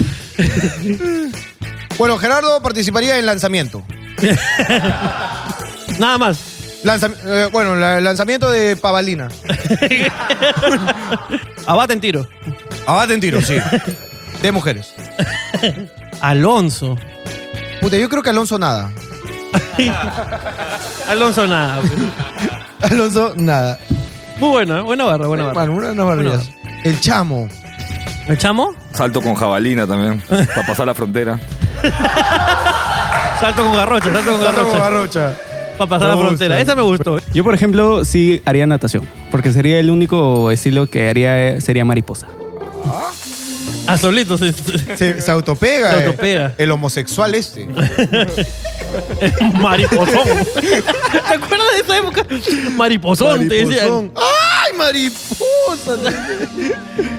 [SPEAKER 1] Bueno, Gerardo participaría en lanzamiento.
[SPEAKER 2] Nada más.
[SPEAKER 1] Lanza- eh, bueno, la- lanzamiento de Pavalina.
[SPEAKER 2] Abate en tiro.
[SPEAKER 1] Abate en tiro, sí. De mujeres.
[SPEAKER 2] Alonso.
[SPEAKER 1] Puta, yo creo que Alonso nada.
[SPEAKER 2] Alonso, nada. pues.
[SPEAKER 1] Alonso nada.
[SPEAKER 2] Muy bueno, ¿eh? buena barra, buena barra.
[SPEAKER 1] Bueno, una, unas barbaridades. El chamo.
[SPEAKER 2] ¿El chamo?
[SPEAKER 9] Salto con jabalina también, para pasar la frontera.
[SPEAKER 2] Salto con garrocha, salto con garrocha.
[SPEAKER 1] Barrocha.
[SPEAKER 2] Para pasar la frontera. Esa me gustó.
[SPEAKER 3] Yo, por ejemplo, sí haría natación, porque sería el único estilo que haría eh, sería mariposa.
[SPEAKER 2] A Ah, solito, sí.
[SPEAKER 1] Se, se autopega.
[SPEAKER 2] Se
[SPEAKER 1] eh.
[SPEAKER 2] autopega.
[SPEAKER 1] El homosexual este.
[SPEAKER 2] Mariposón. ¿Te acuerdas de esa época? Mariposón, te decían.
[SPEAKER 1] ¡Ay, mariposa!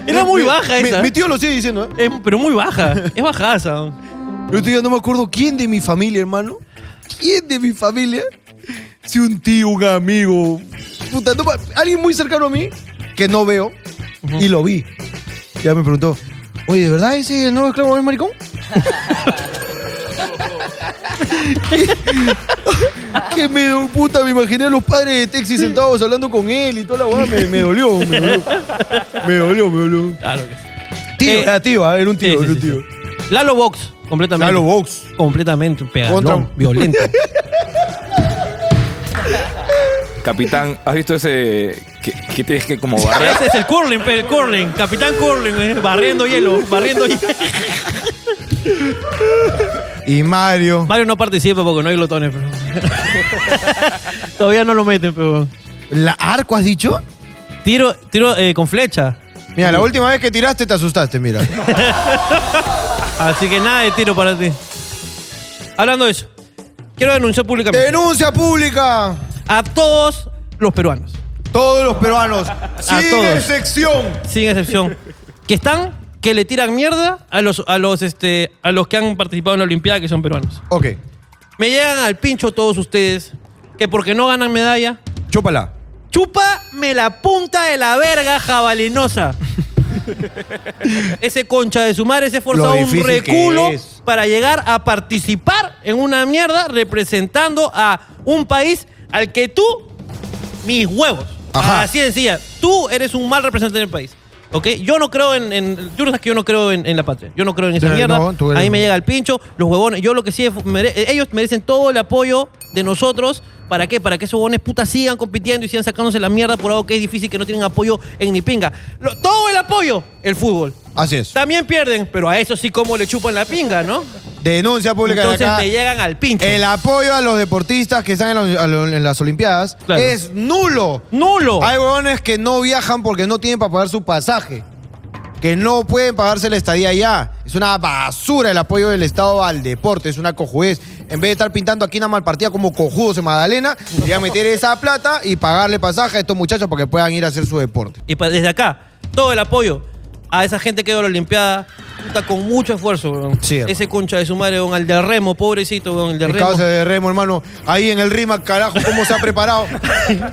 [SPEAKER 2] Era muy baja
[SPEAKER 1] Mi-
[SPEAKER 2] esa.
[SPEAKER 1] Mi tío lo sigue diciendo. ¿eh?
[SPEAKER 2] Es- pero muy baja. Es bajaza.
[SPEAKER 1] Yo tío no me acuerdo quién de mi familia, hermano. ¿Quién de mi familia? Si un tío, un amigo. Puta, no ma- alguien muy cercano a mí que no veo y lo vi. Ya me preguntó, oye, ¿de verdad ese es el nuevo esclavo es maricón? que me dio puta, me imaginé a los padres de Texi sentados hablando con él y toda la hueá, me, me dolió, me dolió. Me dolió, me dolió.
[SPEAKER 2] Claro que sí.
[SPEAKER 1] Tío,
[SPEAKER 2] Eh,
[SPEAKER 1] era tío, ah, era un tío,
[SPEAKER 2] sí,
[SPEAKER 1] era un
[SPEAKER 2] sí, sí.
[SPEAKER 1] tío.
[SPEAKER 2] Lalo Box, completamente.
[SPEAKER 1] Lalo Box.
[SPEAKER 2] Completamente un
[SPEAKER 1] Contra-
[SPEAKER 2] pegalón, violento.
[SPEAKER 9] Capitán, ¿has visto ese que, que tienes que como
[SPEAKER 2] Pero
[SPEAKER 9] barrer?
[SPEAKER 2] Ese es el curling, pe, el curling. Capitán curling, eh, barriendo hielo, barriendo hielo.
[SPEAKER 1] Y Mario.
[SPEAKER 2] Mario no participa porque no hay glotones, pero... Todavía no lo meten, pero...
[SPEAKER 1] ¿La arco has dicho?
[SPEAKER 2] Tiro, tiro eh, con flecha.
[SPEAKER 1] Mira, la última vez que tiraste te asustaste, mira.
[SPEAKER 2] Así que nada de tiro para ti. Hablando de eso, quiero denunciar públicamente
[SPEAKER 1] Denuncia pública.
[SPEAKER 2] a todos los peruanos,
[SPEAKER 1] Todos los peruanos. Sin
[SPEAKER 2] todos.
[SPEAKER 1] excepción.
[SPEAKER 2] sin excepción, que están, que le tiran mierda a los, a los, este, a los que han participado en la Olimpiada, que son peruanos.
[SPEAKER 1] Ok.
[SPEAKER 2] Me llegan al pincho todos ustedes, que porque no ganan medalla,
[SPEAKER 1] Chúpala.
[SPEAKER 2] Chúpame la punta de la verga, jabalinosa. ese concha de su madre se esforzó
[SPEAKER 1] Lo
[SPEAKER 2] un
[SPEAKER 1] difícil que
[SPEAKER 2] reculo
[SPEAKER 1] es.
[SPEAKER 2] para llegar a participar en una mierda representando a un país al que tú, mis huevos,
[SPEAKER 1] Ajá.
[SPEAKER 2] así de sencilla, tú eres un mal representante del país. ¿Ok? Yo no creo en. en- tú no sabes que yo no creo en, en la patria. Yo no creo en esa
[SPEAKER 1] No,
[SPEAKER 2] mierda.
[SPEAKER 1] tú eres
[SPEAKER 2] Ahí me
[SPEAKER 1] un-
[SPEAKER 2] llega el pincho, los huevones. Yo lo que sí. es- mere- ellos merecen todo el apoyo de nosotros. ¿Para qué? Para que esos huevones putas sigan compitiendo y sigan sacándose la mierda por algo que es difícil, que no tienen apoyo en ni pinga. Lo- todo el apoyo, el fútbol.
[SPEAKER 1] Así es.
[SPEAKER 2] También pierden, pero a eso sí como le chupan la pinga, ¿no?
[SPEAKER 1] Denuncia pública de
[SPEAKER 2] Entonces
[SPEAKER 1] acá.
[SPEAKER 2] te llegan al pincho.
[SPEAKER 1] El apoyo a los deportistas que están en, los- a lo- en las Olimpiadas
[SPEAKER 2] Claro.
[SPEAKER 1] es nulo.
[SPEAKER 2] ¡Nulo!
[SPEAKER 1] Hay huevones que no viajan porque no tienen para pagar su pasaje. Que no pueden pagarse la estadía allá. Es una basura el apoyo del Estado al deporte. Es una cojudez. En vez de estar pintando aquí una malpartida como cojudos en Magdalena, voy a meter esa plata y pagarle pasaje a estos muchachos para que puedan ir a hacer su deporte.
[SPEAKER 2] Y pa- desde acá, todo el apoyo a esa gente que dio la Olimpiada, puta, con mucho esfuerzo, weón.
[SPEAKER 1] Sí, hermano.
[SPEAKER 2] Ese concha de su madre, weón, al de remo, pobrecito, weón, el de
[SPEAKER 1] El
[SPEAKER 2] remo.
[SPEAKER 1] causa de Remo, hermano. Ahí en el Rima, carajo, cómo se ha preparado.
[SPEAKER 2] Ese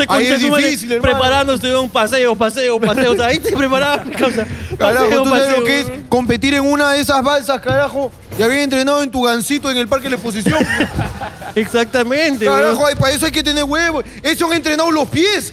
[SPEAKER 1] Ahí
[SPEAKER 2] concha
[SPEAKER 1] es
[SPEAKER 2] de su madre
[SPEAKER 1] difícil, hermano.
[SPEAKER 2] Preparándose, un paseo, paseo, paseo. O sea, ahí te preparaba, causa.
[SPEAKER 1] Carajo,
[SPEAKER 2] Paseo,
[SPEAKER 1] tú sabes
[SPEAKER 2] paseo, eh.
[SPEAKER 1] lo que es
[SPEAKER 2] weón.
[SPEAKER 1] competir en una de esas balsas, carajo. Y había entrenado en tu gancito en el parque de la exposición.
[SPEAKER 2] Exactamente, weón.
[SPEAKER 1] Carajo, ay, para eso hay que tener huevos. Eso han entrenado los pies.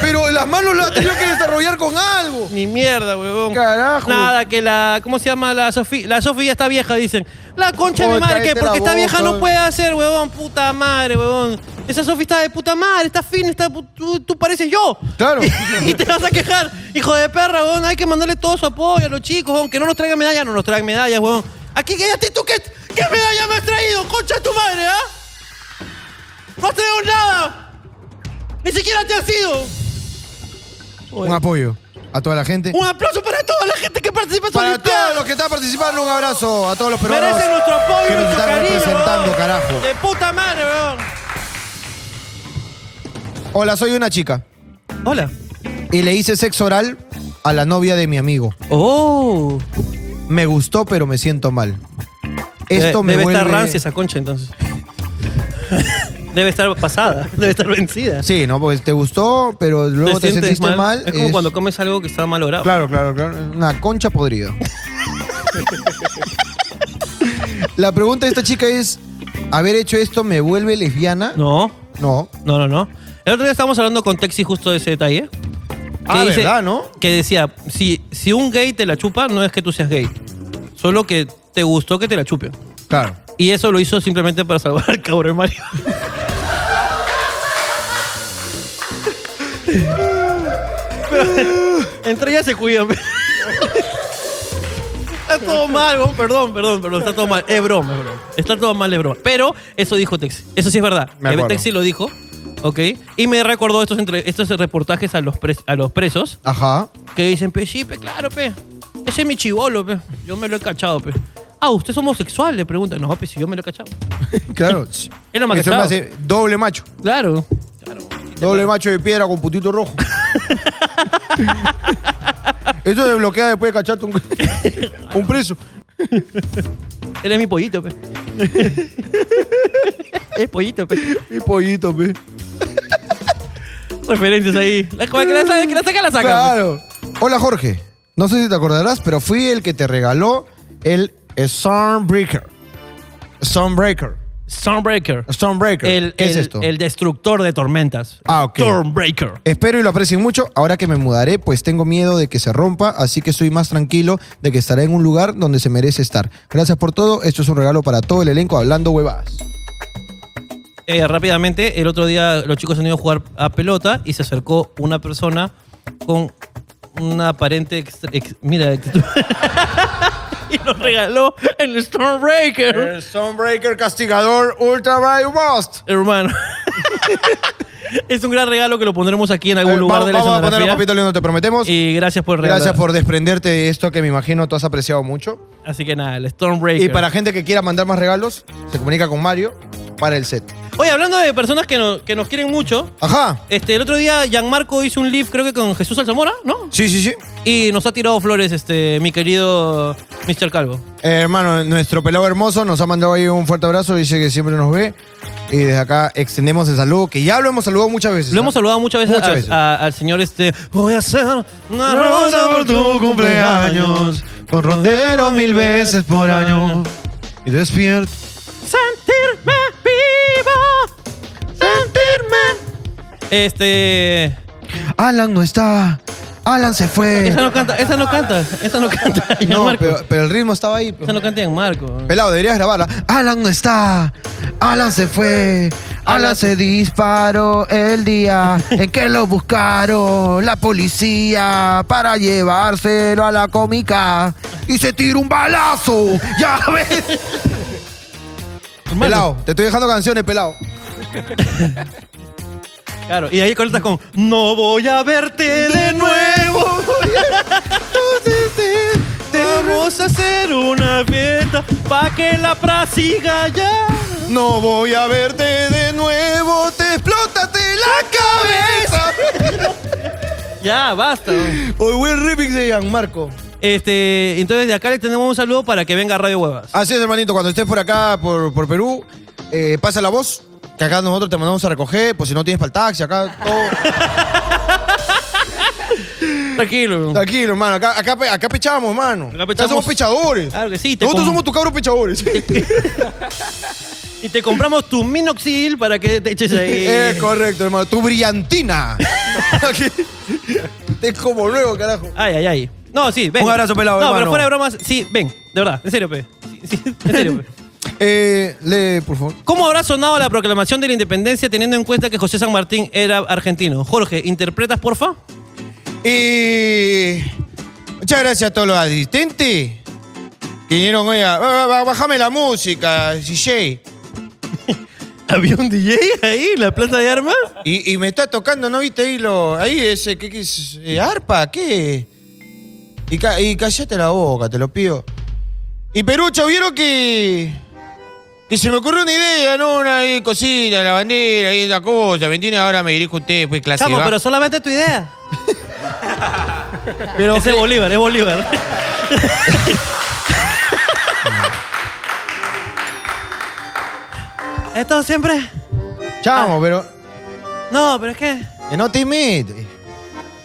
[SPEAKER 1] Pero las manos las han tenido que desarrollar con algo.
[SPEAKER 2] Ni mierda, weón.
[SPEAKER 1] Carajo.
[SPEAKER 2] Nada, que la. ¿Cómo se llama la Sofía? La Sofía está vieja, dicen. La concha de mi
[SPEAKER 1] Oye,
[SPEAKER 2] madre, que
[SPEAKER 1] cállate la
[SPEAKER 2] porque está
[SPEAKER 1] boca,
[SPEAKER 2] vieja no
[SPEAKER 1] weón.
[SPEAKER 2] puede hacer, weón. Puta madre, weón. Esa Sofía está de puta madre, está fina, está. pu- Tú, tú pareces yo.
[SPEAKER 1] Claro.
[SPEAKER 2] y te vas a quejar, hijo de perra, weón. Hay que mandarle todo su apoyo a los chicos, weón. Que no nos traigan medallas, no nos traigan medallas, weón. Aquí quédate tú, ¿qué, qué medalla me has traído, concha de tu madre, ah? No has traído nada. Ni siquiera te has ido.
[SPEAKER 1] Un apoyo a toda la gente.
[SPEAKER 2] Un aplauso para toda la gente que participa en su
[SPEAKER 1] Para
[SPEAKER 2] Olimpiada.
[SPEAKER 1] todos los que están participando, un abrazo a todos los peruanos.
[SPEAKER 2] Merece nuestro apoyo
[SPEAKER 1] que
[SPEAKER 2] y
[SPEAKER 1] nos
[SPEAKER 2] nuestro
[SPEAKER 1] están
[SPEAKER 2] cariño.
[SPEAKER 1] representando,
[SPEAKER 2] weón.
[SPEAKER 1] carajo.
[SPEAKER 2] De puta madre, weón.
[SPEAKER 1] Hola, soy una chica.
[SPEAKER 2] Hola.
[SPEAKER 1] Y le hice sexo oral a la novia de mi amigo.
[SPEAKER 2] Oh.
[SPEAKER 1] Me gustó, pero me siento mal. Esto
[SPEAKER 2] debe,
[SPEAKER 1] me
[SPEAKER 2] debe
[SPEAKER 1] vuelve...
[SPEAKER 2] estar rancia esa concha entonces. debe estar pasada, debe estar vencida.
[SPEAKER 1] Sí, ¿no? Porque te gustó, pero luego te, sentiste mal.
[SPEAKER 2] Es como cuando comes algo que está malogrado.
[SPEAKER 1] Claro, claro, claro. Una concha podrida. la pregunta de esta chica es, ¿haber hecho esto me vuelve lesbiana?
[SPEAKER 2] No,
[SPEAKER 1] No.
[SPEAKER 2] no, no, no. El otro día estábamos hablando con Texi justo de ese detalle.
[SPEAKER 1] Ah,
[SPEAKER 2] dice-
[SPEAKER 1] ¿verdad, no?
[SPEAKER 2] Que decía, si, si un gay te la chupa, no es que tú seas gay. Solo que te gustó que te la chupen.
[SPEAKER 1] Claro.
[SPEAKER 2] Y eso lo hizo simplemente para salvar al cabrón Mario. Entre ellas se cuidan. pe. Está todo mal, weón. perdón, perdón, perdón. Está todo mal. Es broma, es broma. Está todo mal, es broma. Pero eso dijo Texi. Eso sí es verdad. Eh,
[SPEAKER 1] Me acuerdo.
[SPEAKER 2] Texi lo dijo. Ok. Y me recordó estos, entre, estos reportajes a los, pres- a los presos
[SPEAKER 1] Ajá.
[SPEAKER 2] que dicen, pe, sí, pe, claro, pe. Ese es mi chivolo, pe. Yo me lo he cachado, pe. Ah, ¿usted es homosexual? Le preguntan. No, pe, si yo me lo he cachado.
[SPEAKER 1] Claro.
[SPEAKER 2] Es lo más
[SPEAKER 1] Eso
[SPEAKER 2] cachado.
[SPEAKER 1] me hace doble macho.
[SPEAKER 2] Claro.
[SPEAKER 1] Doble macho de piedra con putito rojo. Eso desbloquea después de cacharte un, un preso.
[SPEAKER 2] Él es mi pollito, pe. es pollito, pe.
[SPEAKER 1] Mi pollito, pe.
[SPEAKER 2] Referencias ahí. La que la saca, que la saca, la saca.
[SPEAKER 1] Claro. Hola, Jorge. No sé si te acordarás, pero fui el que te regaló el Stormbreaker. Stormbreaker.
[SPEAKER 2] Stormbreaker.
[SPEAKER 1] Stormbreaker.
[SPEAKER 2] El,
[SPEAKER 1] ¿Qué es
[SPEAKER 2] el-
[SPEAKER 1] esto?
[SPEAKER 2] el destructor de tormentas.
[SPEAKER 1] Ah, ok.
[SPEAKER 2] Stormbreaker.
[SPEAKER 1] Espero y lo aprecien mucho. Ahora que me mudaré, pues tengo miedo de que se rompa, así que soy más tranquilo de que estará en un lugar donde se merece estar. Gracias por todo. Esto es un regalo para todo el elenco hablando huevadas.
[SPEAKER 2] Eh, rápidamente, el otro día los chicos han ido a jugar a pelota y se acercó una persona con una aparente. ex- ex- mira, ex- y nos regaló el
[SPEAKER 1] Eh.
[SPEAKER 2] Stormbreaker,
[SPEAKER 1] Stormbreaker castigador Ultra Bright Bust.
[SPEAKER 2] hermano. es un gran regalo que lo pondremos aquí en algún
[SPEAKER 1] Eh,
[SPEAKER 2] lugar
[SPEAKER 1] vamos,
[SPEAKER 2] de la
[SPEAKER 1] vamos a ponerlo,
[SPEAKER 2] escenografía.
[SPEAKER 1] papito lindo, te prometemos.
[SPEAKER 2] Y gracias por regalar.
[SPEAKER 1] Gracias por desprenderte de esto que me imagino tú has apreciado mucho.
[SPEAKER 2] Así que nada, el Stormbreaker.
[SPEAKER 1] Y para gente que quiera mandar más regalos, se comunica con Mario para el set.
[SPEAKER 2] Oye, hablando de personas que, no- que nos quieren mucho,
[SPEAKER 1] Ajá.
[SPEAKER 2] este, el otro día Gianmarco hizo un live, creo que con Jesús Alzamora, ¿no?
[SPEAKER 1] Sí, sí, sí.
[SPEAKER 2] Y nos ha tirado flores, este, mi querido Mr. Calvo.
[SPEAKER 1] Eh, hermano, nuestro pelado hermoso nos ha mandado ahí un fuerte abrazo. Dice que siempre nos ve. Y desde acá extendemos el saludo, que ya lo hemos saludado muchas veces.
[SPEAKER 2] Lo
[SPEAKER 1] ¿ah?
[SPEAKER 2] hemos saludado muchas veces,
[SPEAKER 1] Muchas
[SPEAKER 2] al-
[SPEAKER 1] veces.
[SPEAKER 2] a- al señor este. Voy a hacer una rosa por tu cumpleaños.
[SPEAKER 1] con rondero mil veces por año. Y despierto.
[SPEAKER 2] Sentirme vivo. Sentirme. Este.
[SPEAKER 1] Alan no está. Alan se fue.
[SPEAKER 2] Esa no canta, esa no canta, esa no canta. Ian
[SPEAKER 1] No,
[SPEAKER 2] Marco.
[SPEAKER 1] pero, pero el ritmo estaba ahí.
[SPEAKER 2] Esa no canta en Marco.
[SPEAKER 1] Pelado, deberías grabarla. Alan no está. Alan se fue. Alan se disparó el día en que lo buscaron la policía para llevárselo a la cómica. Y se tiró un balazo. Ya ves.
[SPEAKER 2] Hermano,
[SPEAKER 1] Pelado, te estoy dejando canciones, pelado.
[SPEAKER 2] Claro, y ahí conectas con No voy a verte de nuevo. Vamos a hacer una fiesta pa' que la pra siga ya.
[SPEAKER 1] No voy a verte de nuevo. Te explotaste la cabeza.
[SPEAKER 2] Ya, basta.
[SPEAKER 1] Hoy buen remix de Gianmarco.
[SPEAKER 2] Este, entonces de acá les tenemos un saludo para que venga Radio Huevas.
[SPEAKER 1] Así es, hermanito, cuando estés por acá, por, por Perú, eh, pasa la voz, que acá nosotros te mandamos a recoger, pues si no tienes para el taxi, acá todo.
[SPEAKER 2] Tranquilo.
[SPEAKER 1] Tranquilo, hermano, acá, acá, pe- acá pechamos, hermano.
[SPEAKER 2] Acá
[SPEAKER 1] Acá
[SPEAKER 2] pechamos.
[SPEAKER 1] somos pechadores.
[SPEAKER 2] Claro que sí. te
[SPEAKER 1] Nosotros
[SPEAKER 2] com-
[SPEAKER 1] somos tus cabros pechadores.
[SPEAKER 2] Y te compramos tu minoxidil para que te eches ahí.
[SPEAKER 1] Es correcto, hermano. Tu brillantina. es como luego, carajo.
[SPEAKER 2] Ay, ay, ay. No, sí, ven.
[SPEAKER 1] Un abrazo, pelado,
[SPEAKER 2] No, pero
[SPEAKER 1] hermano.
[SPEAKER 2] fuera de bromas, sí, ven, de verdad, en serio, pe. Sí, sí, en serio, pe.
[SPEAKER 1] Eh, lee, por favor.
[SPEAKER 2] ¿Cómo habrá sonado la proclamación de la independencia teniendo en cuenta que José San Martín era argentino? Jorge, ¿interpretas, porfa?
[SPEAKER 1] Y muchas gracias a todos los asistentes que vinieron hoy a... Ba- ba- Bájame la música, DJ.
[SPEAKER 2] ¿Había un DJ ahí, la planta de armas?
[SPEAKER 1] Y, y me está tocando, ¿no viste ahí lo...? Ahí ese, ¿qué, qué es? Eh, ¿Arpa? ¿Qué? Y, ca- y callate la boca, te lo pido. Y Perucho, ¿vieron que...? Que se me ocurrió una idea, ¿no? Una eh, cosita, la bandera y esa cosa, ¿me entiendes? Ahora me dirijo a usted, pues, clase
[SPEAKER 2] Chamo,
[SPEAKER 1] baja.
[SPEAKER 2] pero solamente tu idea.
[SPEAKER 1] Pero-
[SPEAKER 2] Ese es Bolívar, es Bolívar. Esto siempre. ah.
[SPEAKER 1] Chamo, pero...
[SPEAKER 2] No, pero es que.
[SPEAKER 1] que no te metes.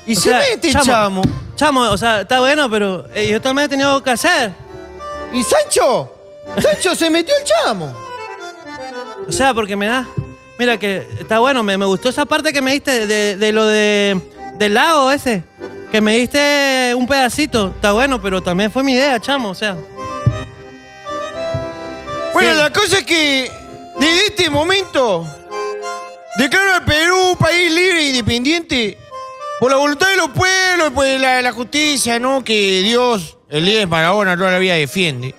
[SPEAKER 1] Y
[SPEAKER 2] o
[SPEAKER 1] se
[SPEAKER 2] sea,
[SPEAKER 1] mete, chamo.
[SPEAKER 2] Chamo, o sea, está bueno, pero eh, yo también he tenido que hacer.
[SPEAKER 1] ¿Y Sancho? Sancho se metió el chamo.
[SPEAKER 2] O sea, porque me da. Mira, que está bueno, me, me gustó esa parte que me diste de, de- de lo de, del lago ese. Que me diste un pedacito. Está bueno, pero también fue mi idea, chamo, o sea.
[SPEAKER 1] Bueno,
[SPEAKER 2] Sí.
[SPEAKER 1] la cosa es que desde este momento declaro al Perú un país libre e independiente por la voluntad de los pueblos y por la, la justicia, ¿no? Que Dios, el líder de Maradona, toda la vida defiende.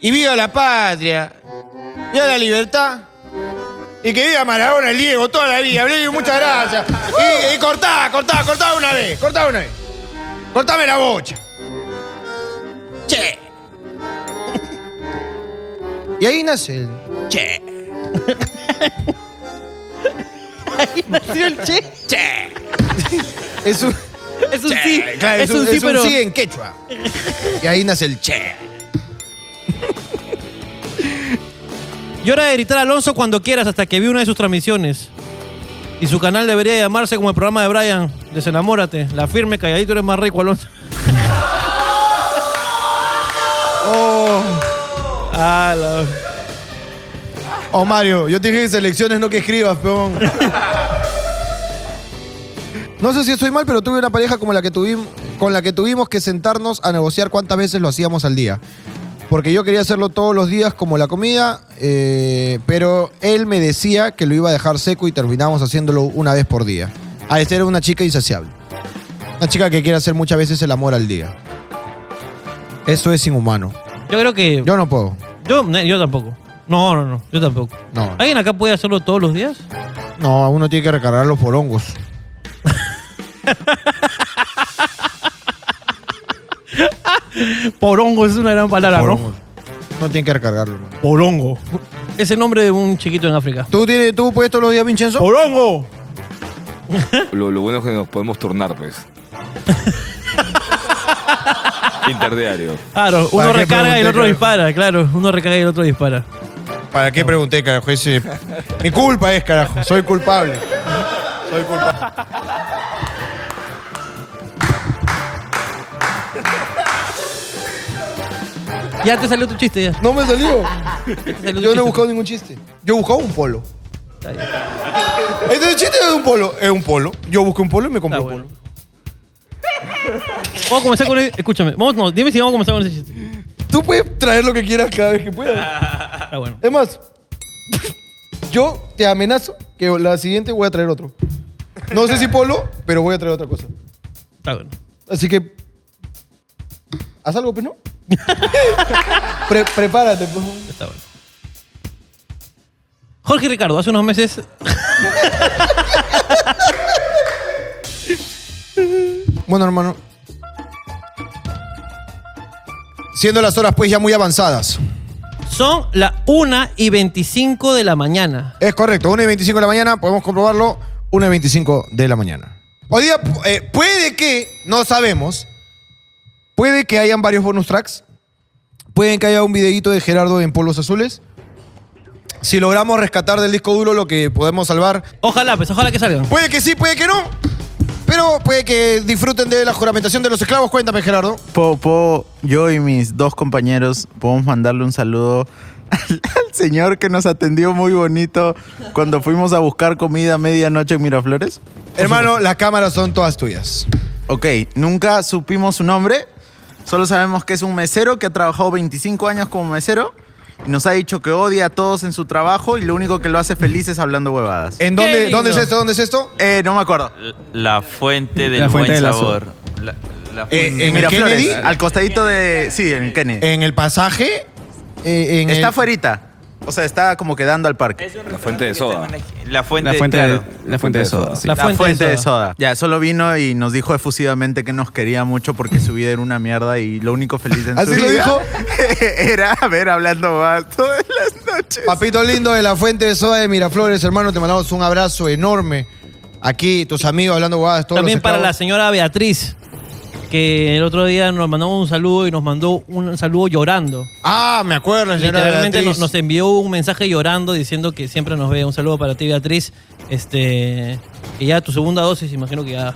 [SPEAKER 1] y viva la patria, viva la libertad. Y que viva Maradona, el Diego, toda la vida. Blevio, muchas gracias. Y, y cortá, cortá, cortá una vez, cortá una vez. Cortame la bocha. Che. Y ahí nace el. Che.
[SPEAKER 11] Ahí nació el che.
[SPEAKER 1] Che. Es un.
[SPEAKER 2] Es un
[SPEAKER 1] che,
[SPEAKER 2] sí.
[SPEAKER 1] claro,
[SPEAKER 2] es, un, sí, pero.
[SPEAKER 1] sí en quechua. Y ahí nace el che.
[SPEAKER 2] Y hora de gritar Alonso cuando quieras hasta que vi una de sus transmisiones. Y su canal debería llamarse como el programa de Brian, Desenamórate. La firme, calladito, eres más rico, Alonso. oh. Ah, la...
[SPEAKER 1] Oh, Mario, yo te dije que selecciones, no que escribas, peón. No sé si estoy mal, pero tuve una pareja como la que tuvimos, con la que tuvimos que sentarnos a negociar cuántas veces lo hacíamos al día. Porque yo quería hacerlo todos los días como la comida, eh, pero él me decía que lo iba a dejar seco y terminamos haciéndolo una vez por día. A ser una chica insaciable. Una chica que quiere hacer muchas veces el amor al día. Eso es inhumano.
[SPEAKER 2] Yo creo que.
[SPEAKER 1] Yo no puedo.
[SPEAKER 2] Yo, no, yo tampoco. No, no, no. Yo tampoco.
[SPEAKER 1] No.
[SPEAKER 2] ¿Alguien acá puede hacerlo todos los días?
[SPEAKER 1] No, uno tiene que recargar los porongos.
[SPEAKER 2] Porongo es una gran palabra, ¿no?
[SPEAKER 1] Porongos. No tiene que recargarlo, hermano.
[SPEAKER 2] Porongo. Es el nombre de un chiquito en África.
[SPEAKER 1] ¿Tú, tienes, ¿Tú puedes todos los días, Vincenzo?
[SPEAKER 2] ¡Porongo!
[SPEAKER 9] Lo, lo bueno es que nos podemos turnar, pues. Interdiario.
[SPEAKER 2] Claro,
[SPEAKER 1] ¿Para
[SPEAKER 2] uno
[SPEAKER 1] qué
[SPEAKER 2] recarga y el
[SPEAKER 1] pregunté,
[SPEAKER 2] otro
[SPEAKER 1] creo?
[SPEAKER 2] dispara, claro. Uno recarga y el otro dispara.
[SPEAKER 1] ¿Para qué pregunté, carajo? Ese- Mi culpa es, carajo. Soy culpable. Soy culpable.
[SPEAKER 2] Ya te salió tu chiste, ya.
[SPEAKER 1] No me salió.
[SPEAKER 2] te salió
[SPEAKER 1] Yo no
[SPEAKER 2] tu chiste.
[SPEAKER 1] he buscado ningún chiste. Yo he buscado un polo. Entonces, el Este chiste es un polo. Es un polo. Yo busqué un polo y me compré
[SPEAKER 2] Está
[SPEAKER 1] un
[SPEAKER 2] bueno.
[SPEAKER 1] polo.
[SPEAKER 2] Vamos a comenzar con ese. Escúchame. Vamos, no, dime si vamos a comenzar con ese chiste.
[SPEAKER 1] Tú puedes traer lo que quieras cada vez que puedas.
[SPEAKER 2] Está bueno.
[SPEAKER 1] Es más, yo te amenazo que la siguiente voy a traer otro. No sé si polo, pero voy a traer otra cosa.
[SPEAKER 2] Está bueno.
[SPEAKER 1] Así que. Haz algo, pues, ¿no? Pre- prepárate, pues.
[SPEAKER 2] Está bueno. Jorge Ricardo, hace unos meses.
[SPEAKER 1] Bueno, hermano. Siendo las horas pues ya muy avanzadas.
[SPEAKER 2] Son las 1 y 25 de la mañana.
[SPEAKER 1] Es correcto, 1 y 25 de la mañana, podemos comprobarlo. 1.25 de la mañana. Hoy día eh, puede que, no sabemos, puede que hayan varios bonus tracks, pueden que haya un videíto de Gerardo en Polos Azules. Si logramos rescatar del disco duro lo que podemos salvar,
[SPEAKER 2] Ojalá, pues, ojalá que salga.
[SPEAKER 1] puede que sí, puede que no, pero puede que disfruten de la juramentación de los esclavos. Cuéntame, Gerardo.
[SPEAKER 12] Puedo- puedo- yo y mis dos compañeros podemos mandarle un saludo al, al señor que nos atendió muy bonito cuando fuimos a buscar comida a medianoche en Miraflores.
[SPEAKER 1] Hermano, las cámaras son todas tuyas.
[SPEAKER 12] Ok, nunca supimos su nombre, solo sabemos que es un mesero que ha trabajado 25 años como mesero y nos ha dicho que odia a todos en su trabajo y lo único que lo hace feliz es hablando huevadas.
[SPEAKER 1] ¿En dónde, dónde es esto? ¿Dónde es esto?
[SPEAKER 12] Eh, no me acuerdo.
[SPEAKER 6] La fuente del
[SPEAKER 12] La fuente
[SPEAKER 6] buen
[SPEAKER 12] del
[SPEAKER 6] sabor. La- la
[SPEAKER 1] Eh,
[SPEAKER 6] fuente-
[SPEAKER 12] Miraflores, al costadito de... Sí, en Kennedy.
[SPEAKER 1] ¿En el pasaje? Eh,
[SPEAKER 12] está
[SPEAKER 1] el-
[SPEAKER 12] afuerita. O sea, está como quedando al parque.
[SPEAKER 9] La fuente de soda.
[SPEAKER 6] La fuente,
[SPEAKER 4] La fuente de-
[SPEAKER 6] claro.
[SPEAKER 4] la fuente de soda, sí.
[SPEAKER 12] La fuente, de, soda. Ya, solo vino y nos dijo efusivamente que nos quería mucho porque su vida era una mierda y lo único feliz en
[SPEAKER 1] ¿Así
[SPEAKER 12] su
[SPEAKER 1] lo
[SPEAKER 12] vida
[SPEAKER 1] dijo?
[SPEAKER 12] era haber hablando más todas las noches.
[SPEAKER 1] Papito lindo de la Fuente de Soda de Miraflores, hermano, te mandamos un abrazo enorme. Aquí, tus amigos hablando guadas, todos
[SPEAKER 2] También
[SPEAKER 1] los
[SPEAKER 2] para la
[SPEAKER 1] esclavos.
[SPEAKER 2] señora Beatriz, que el otro día nos mandó un saludo y nos mandó un saludo llorando.
[SPEAKER 1] Ah, me acuerdo, la señora
[SPEAKER 2] Literalmente
[SPEAKER 1] Beatriz.
[SPEAKER 2] nos, nos envió un mensaje llorando diciendo que siempre nos ve. Un saludo para ti, Beatriz. Este, que ya tu segunda dosis, imagino que ya,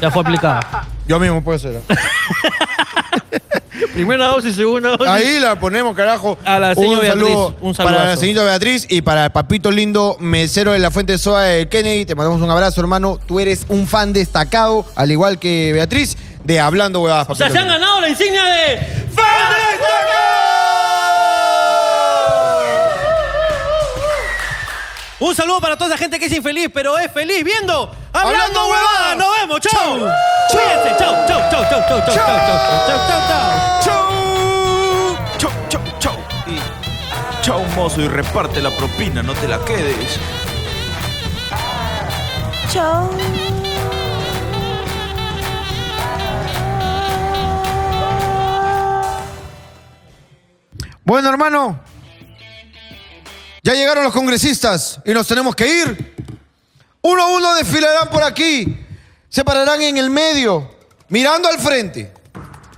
[SPEAKER 2] ya fue aplicada.
[SPEAKER 1] Yo mismo puedo ser.
[SPEAKER 2] Primera dosis, segunda dosis.
[SPEAKER 1] Ahí la ponemos, carajo.
[SPEAKER 2] A la señora Beatriz, un
[SPEAKER 1] para la
[SPEAKER 2] saludazo.
[SPEAKER 1] señora Beatriz y para el papito lindo mesero de la Fuente de Soda de Kennedy. Te mandamos un abrazo, hermano. Tú eres un fan destacado, al igual que Beatriz, de Hablando Huevadas,
[SPEAKER 3] O sea,
[SPEAKER 1] papito.
[SPEAKER 3] se han
[SPEAKER 1] lindo.
[SPEAKER 3] ganado la insignia de.
[SPEAKER 2] Un saludo para toda esa gente que es infeliz, pero es feliz viendo. Hablando huevada, nos vemos. Chau. Cuídense. Chau, chau, chau, chau, chau, chau, chau, chau, chau, chau, chau.
[SPEAKER 13] Chau, chau, chau, chau. Y chau, mozo, y reparte la propina, no te la quedes.
[SPEAKER 3] Chau.
[SPEAKER 1] Bueno, hermano. Ya llegaron los congresistas y nos tenemos que ir. Uno a uno desfilarán por aquí. Se pararán en el medio, mirando al frente.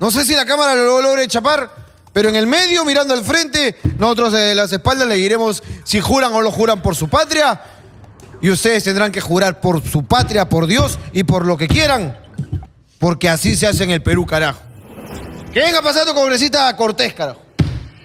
[SPEAKER 1] No sé si la cámara lo logre chapar, pero en el medio, mirando al frente, nosotros de las espaldas le diremos si juran o lo juran por su patria. Y ustedes tendrán que jurar por su patria, por Dios y por lo que quieran. Porque así se hace en el Perú, carajo. Que venga pasando congresista Cortés, carajo.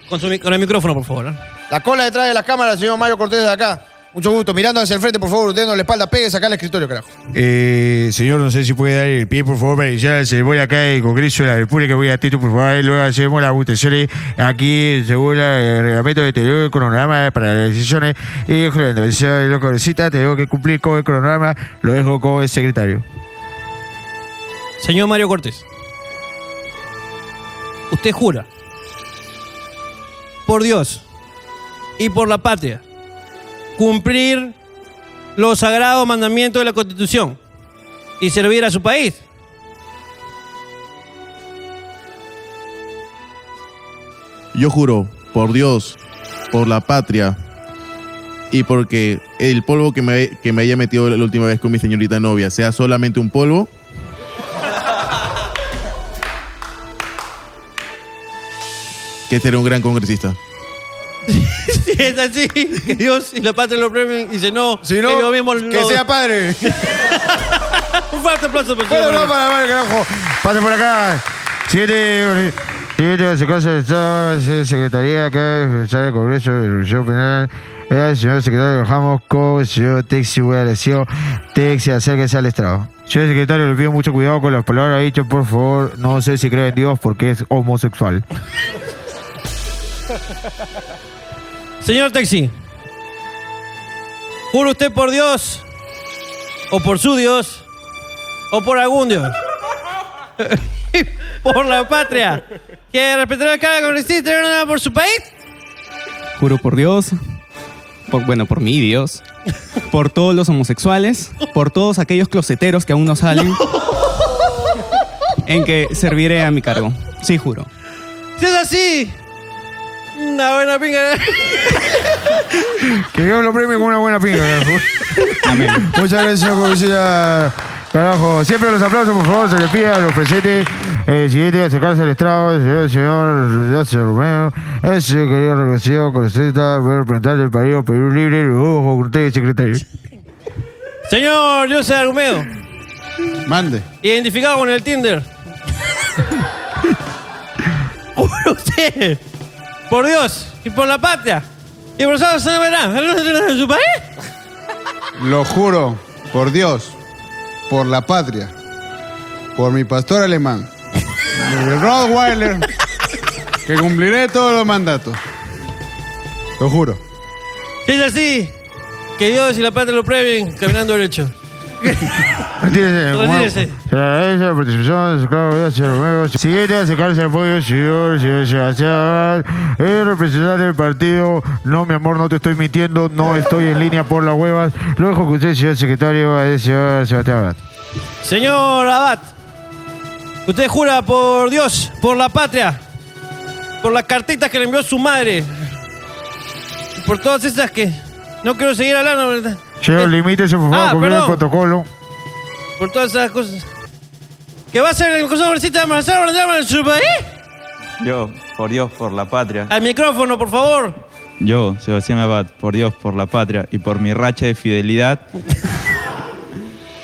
[SPEAKER 2] Con, su mi- con el micrófono, por favor. ¿eh?
[SPEAKER 1] La cola detrás de la cámara, señor Mario Cortés de acá. Mucho gusto. Mirando hacia el frente, por favor, denos la espalda, pegue acá al escritorio, carajo.
[SPEAKER 14] Eh, señor, no sé si puede dar el pie, por favor, para iniciar la ceremonia acá del Congreso de la República. Voy a título, por favor, y luego hacemos las votaciones aquí, según la- el reglamento de interior, el cronograma para las decisiones. Eh, Y con la intervención de los congresistas, tengo que cumplir con el cronograma, lo dejo con el secretario.
[SPEAKER 2] Señor Mario Cortés, usted jura por Dios y por la patria cumplir los sagrados mandamientos de la Constitución y servir a su país.
[SPEAKER 8] Yo juro, por Dios, por la patria y porque el polvo que me, que me haya metido la última vez con mi señorita novia sea solamente un polvo. Que seré un gran congresista.
[SPEAKER 2] si es así, que Dios y la patria lo premien y si no, si
[SPEAKER 1] no,
[SPEAKER 14] que sea
[SPEAKER 1] padre.
[SPEAKER 2] Un fuerte aplauso para el
[SPEAKER 14] Bueno,
[SPEAKER 2] señor
[SPEAKER 14] no,
[SPEAKER 2] Mario.
[SPEAKER 14] para, para, carajo. Pase por acá. Siguiente. Siguiente, se casa de Estado, se- Secretaría acá, Secretaría del Congreso de Revolución Penal. El señor secretario bajamos con el señor Texi Guadalajara. Texi, acérquese al estrado. Señor secretario, le pido mucho cuidado con las palabras dichas, por favor. No sé si creo en Dios porque es homosexual.
[SPEAKER 2] Señor Taxi, ¿jura usted por Dios o por su Dios o por algún Dios? por la patria, que respetará cada congresista y nada por su país.
[SPEAKER 4] Juro por Dios, por, bueno, por mi Dios, por todos los homosexuales, por todos aquellos closeteros que aún no salen, en que serviré a mi cargo. Sí, juro.
[SPEAKER 2] Si es así, Una buena pinga.
[SPEAKER 12] Que Dios lo premie con una buena pinga. carajo. Muchas gracias, policía. Carajo, siempre los aplausos, por favor, se les pide a los presentes. Eh, siguiente, acercarse al estrado, el señor, el señor Yasser Romero. Ese querido reconocido con receta, voy a representar el país, Perú Libre, ojo, con usted, secretario.
[SPEAKER 2] Señor José Argumedo,
[SPEAKER 15] Mande.
[SPEAKER 2] identificado con el Tinder. por usted, por Dios y por la patria. Y por eso se verá. ¿En su país?
[SPEAKER 16] Lo juro, por Dios, por la patria, por mi pastor alemán, el Rottweiler, que cumpliré todos los mandatos. Lo juro.
[SPEAKER 2] Si es así, que Dios y la patria lo previen caminando derecho.
[SPEAKER 12] Retírese, como-
[SPEAKER 2] Retírese.
[SPEAKER 12] Se agradece la participación de su cabo, Yasser Romero. Siguiente, acercarse al apoyo, señor, señor Sebastián. El representante del partido. No, mi amor, no te estoy mintiendo. No estoy en línea por las huevas. Lo dejo con usted, señor secretario, el señor Sebastián Abad.
[SPEAKER 2] Señor Abad, usted jura por Dios, por la patria, por las cartitas que le envió su madre, y por todas esas que no quiero seguir hablando, ¿verdad?
[SPEAKER 12] Señor, limítese, por favor,
[SPEAKER 2] Ah,
[SPEAKER 12] a cumplir el
[SPEAKER 2] perdón.
[SPEAKER 12] protocolo.
[SPEAKER 2] Por todas esas cosas. ¿Qué va a ser el consejo de Marcelo Brandama en su país?
[SPEAKER 4] Yo, por Dios, por la patria.
[SPEAKER 2] Al micrófono, por favor.
[SPEAKER 4] Yo, Sebastián Abad, por Dios, por la patria y por mi racha de fidelidad,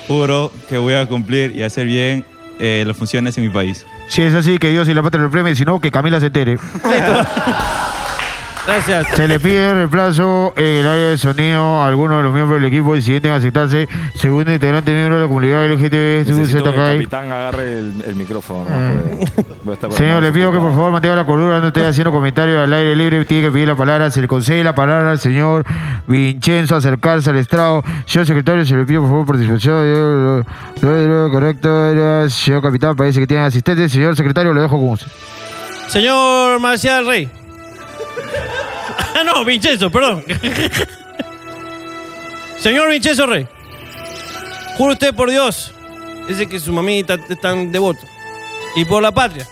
[SPEAKER 4] juro que voy a cumplir y hacer bien eh, las funciones en mi país.
[SPEAKER 12] Si es así, que Dios y la patria lo premien, si no, que Camila se entere.
[SPEAKER 2] Gracias.
[SPEAKER 12] Se le pide reemplazo en el área de sonido a algunos de los miembros del equipo incidentes a aceptarse. Segundo integrante miembro de la comunidad LGTB,
[SPEAKER 9] Necesito que el
[SPEAKER 12] ZKI.
[SPEAKER 9] capitán agarre el, el micrófono. ¿no? Porque voy a estar-
[SPEAKER 12] Señor, le pido que por favor mantenga la cordura, no esté haciendo comentarios al aire libre, tiene que pedir la palabra, se le concede la palabra al señor Vincenzo, acercarse al estrado. Señor secretario, se le pido por favor participación, Eh, eh, eh, correcto, era- señor capitán, parece que tiene asistente, señor secretario, lo dejo con usted.
[SPEAKER 2] Señor Marcial Rey. ah, no, Vincenzo, perdón. Señor Vincenzo Rey. Juro usted por Dios. Dice que su mamita es tan devoto. Y por la patria.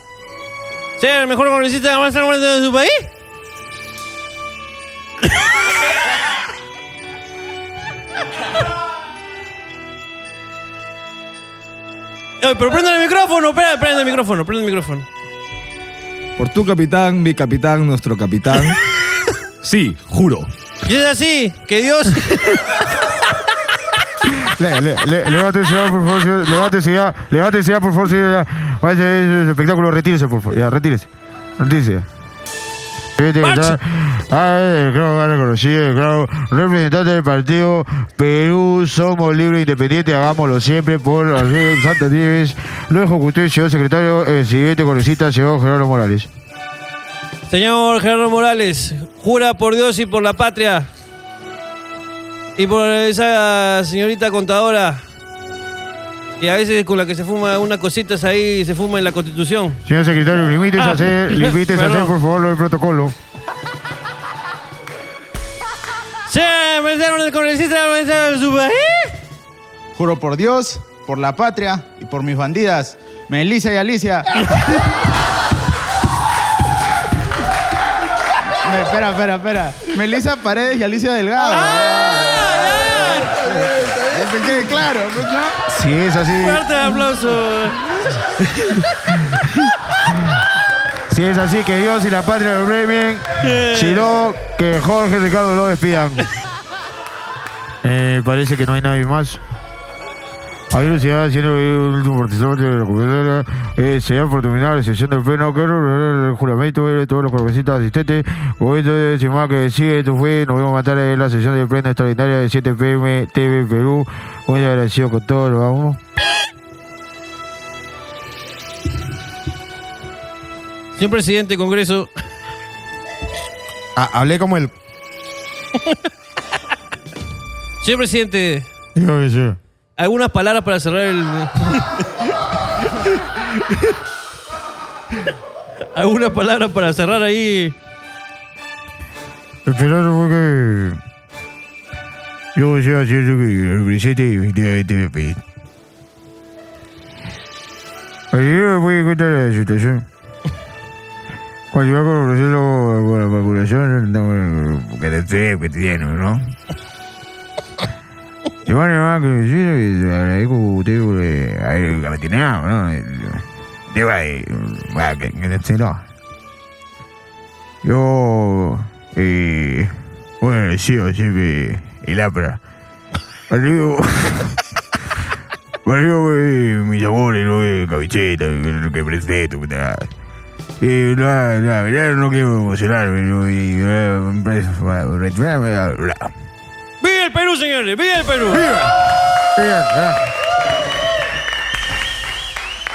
[SPEAKER 2] Sea el mejor congresista de más armada de su país. Ay, Pero prende el micrófono, espera, prende el micrófono, prende el micrófono.
[SPEAKER 17] Por tu capitán, mi capitán, nuestro capitán. Sí, juro.
[SPEAKER 2] Y es así, que Dios.
[SPEAKER 12] Le- le- le- Levante, señor, por favor, señor. Levántese ya, levántese ya, por favor, señor. ya. Vaya, es el espectáculo, retírese, por favor. Ya, retírese. Retírese. Fíjate que está- Ah, el grado gana conocido, el grado representante del partido Perú, somos libres e independientes, hagámoslo siempre por la ciudad de Santa Nieves. Lo dejo con usted, señor secretario, eh, el siguiente congresista, señor Gerardo Morales.
[SPEAKER 2] Señor Gerardo Morales, jura por Dios y por la patria. Y por esa señorita contadora. Que a veces con la que se fuma unas cositas ahí, se fuma en la constitución.
[SPEAKER 12] Señor secretario, limítese
[SPEAKER 2] Ah,
[SPEAKER 12] a hacer, limítese a hacer,
[SPEAKER 2] perdón.
[SPEAKER 12] por favor, lo del protocolo.
[SPEAKER 2] Se metieron el ¡eh! congresista de su país.
[SPEAKER 1] Juro por Dios, por la patria y por mis bandidas, Melissa y Alicia. Me- espera, espera, espera. Melissa Paredes y Alicia Delgado. Ah, Que quede claro, ¿no?
[SPEAKER 12] Si es así,
[SPEAKER 2] Fuerte aplauso.
[SPEAKER 12] si es así, que Dios y la patria lo premien. Si no, que Jorge Ricardo lo despidan. Eh, parece que no hay nadie más. A velocidad, siendo el último participante de la convocatoria, eh, se da por terminada la sesión del pleno. Quiero el juramento de todos los congresistas asistentes. Momento de sin más que decir, esto fue. Nos vemos más tarde en la sesión del pleno extraordinaria de 7 pm TV Perú. Muy agradecido con todos, vamos.
[SPEAKER 2] Señor presidente del Congreso.
[SPEAKER 1] Ah, hablé como el.
[SPEAKER 2] Señor presidente,
[SPEAKER 12] Dígame, señor.
[SPEAKER 2] algunas palabras para cerrar el. algunas palabras para cerrar ahí.
[SPEAKER 12] Esperar fue que. Yo deseo hacer lo que el presidente definitivamente me pide. Al llegar me voy a contar la situación. Cuando yo con Marcelo con la vacunación, no, porque le estoy repitiendo, ¿no? Y bueno, yo con Marcelo y le agradezco a usted por eh, haber capitanado, ¿no? Te va, eh, va, que que le estoy no. Yo, eh, bueno, sí, o sí, que el APRA. Arriba, arriba, eh, mis amores, ¿no? Eh, Cabicheta, eh, lo que presento, puta. Y la, la verdad no quiero emocionarme, ¿no? y la empresa va a retirarme, bla, bla.
[SPEAKER 2] ¡Viva el Perú, señores! ¡Viva el Perú!
[SPEAKER 12] Mira, ah,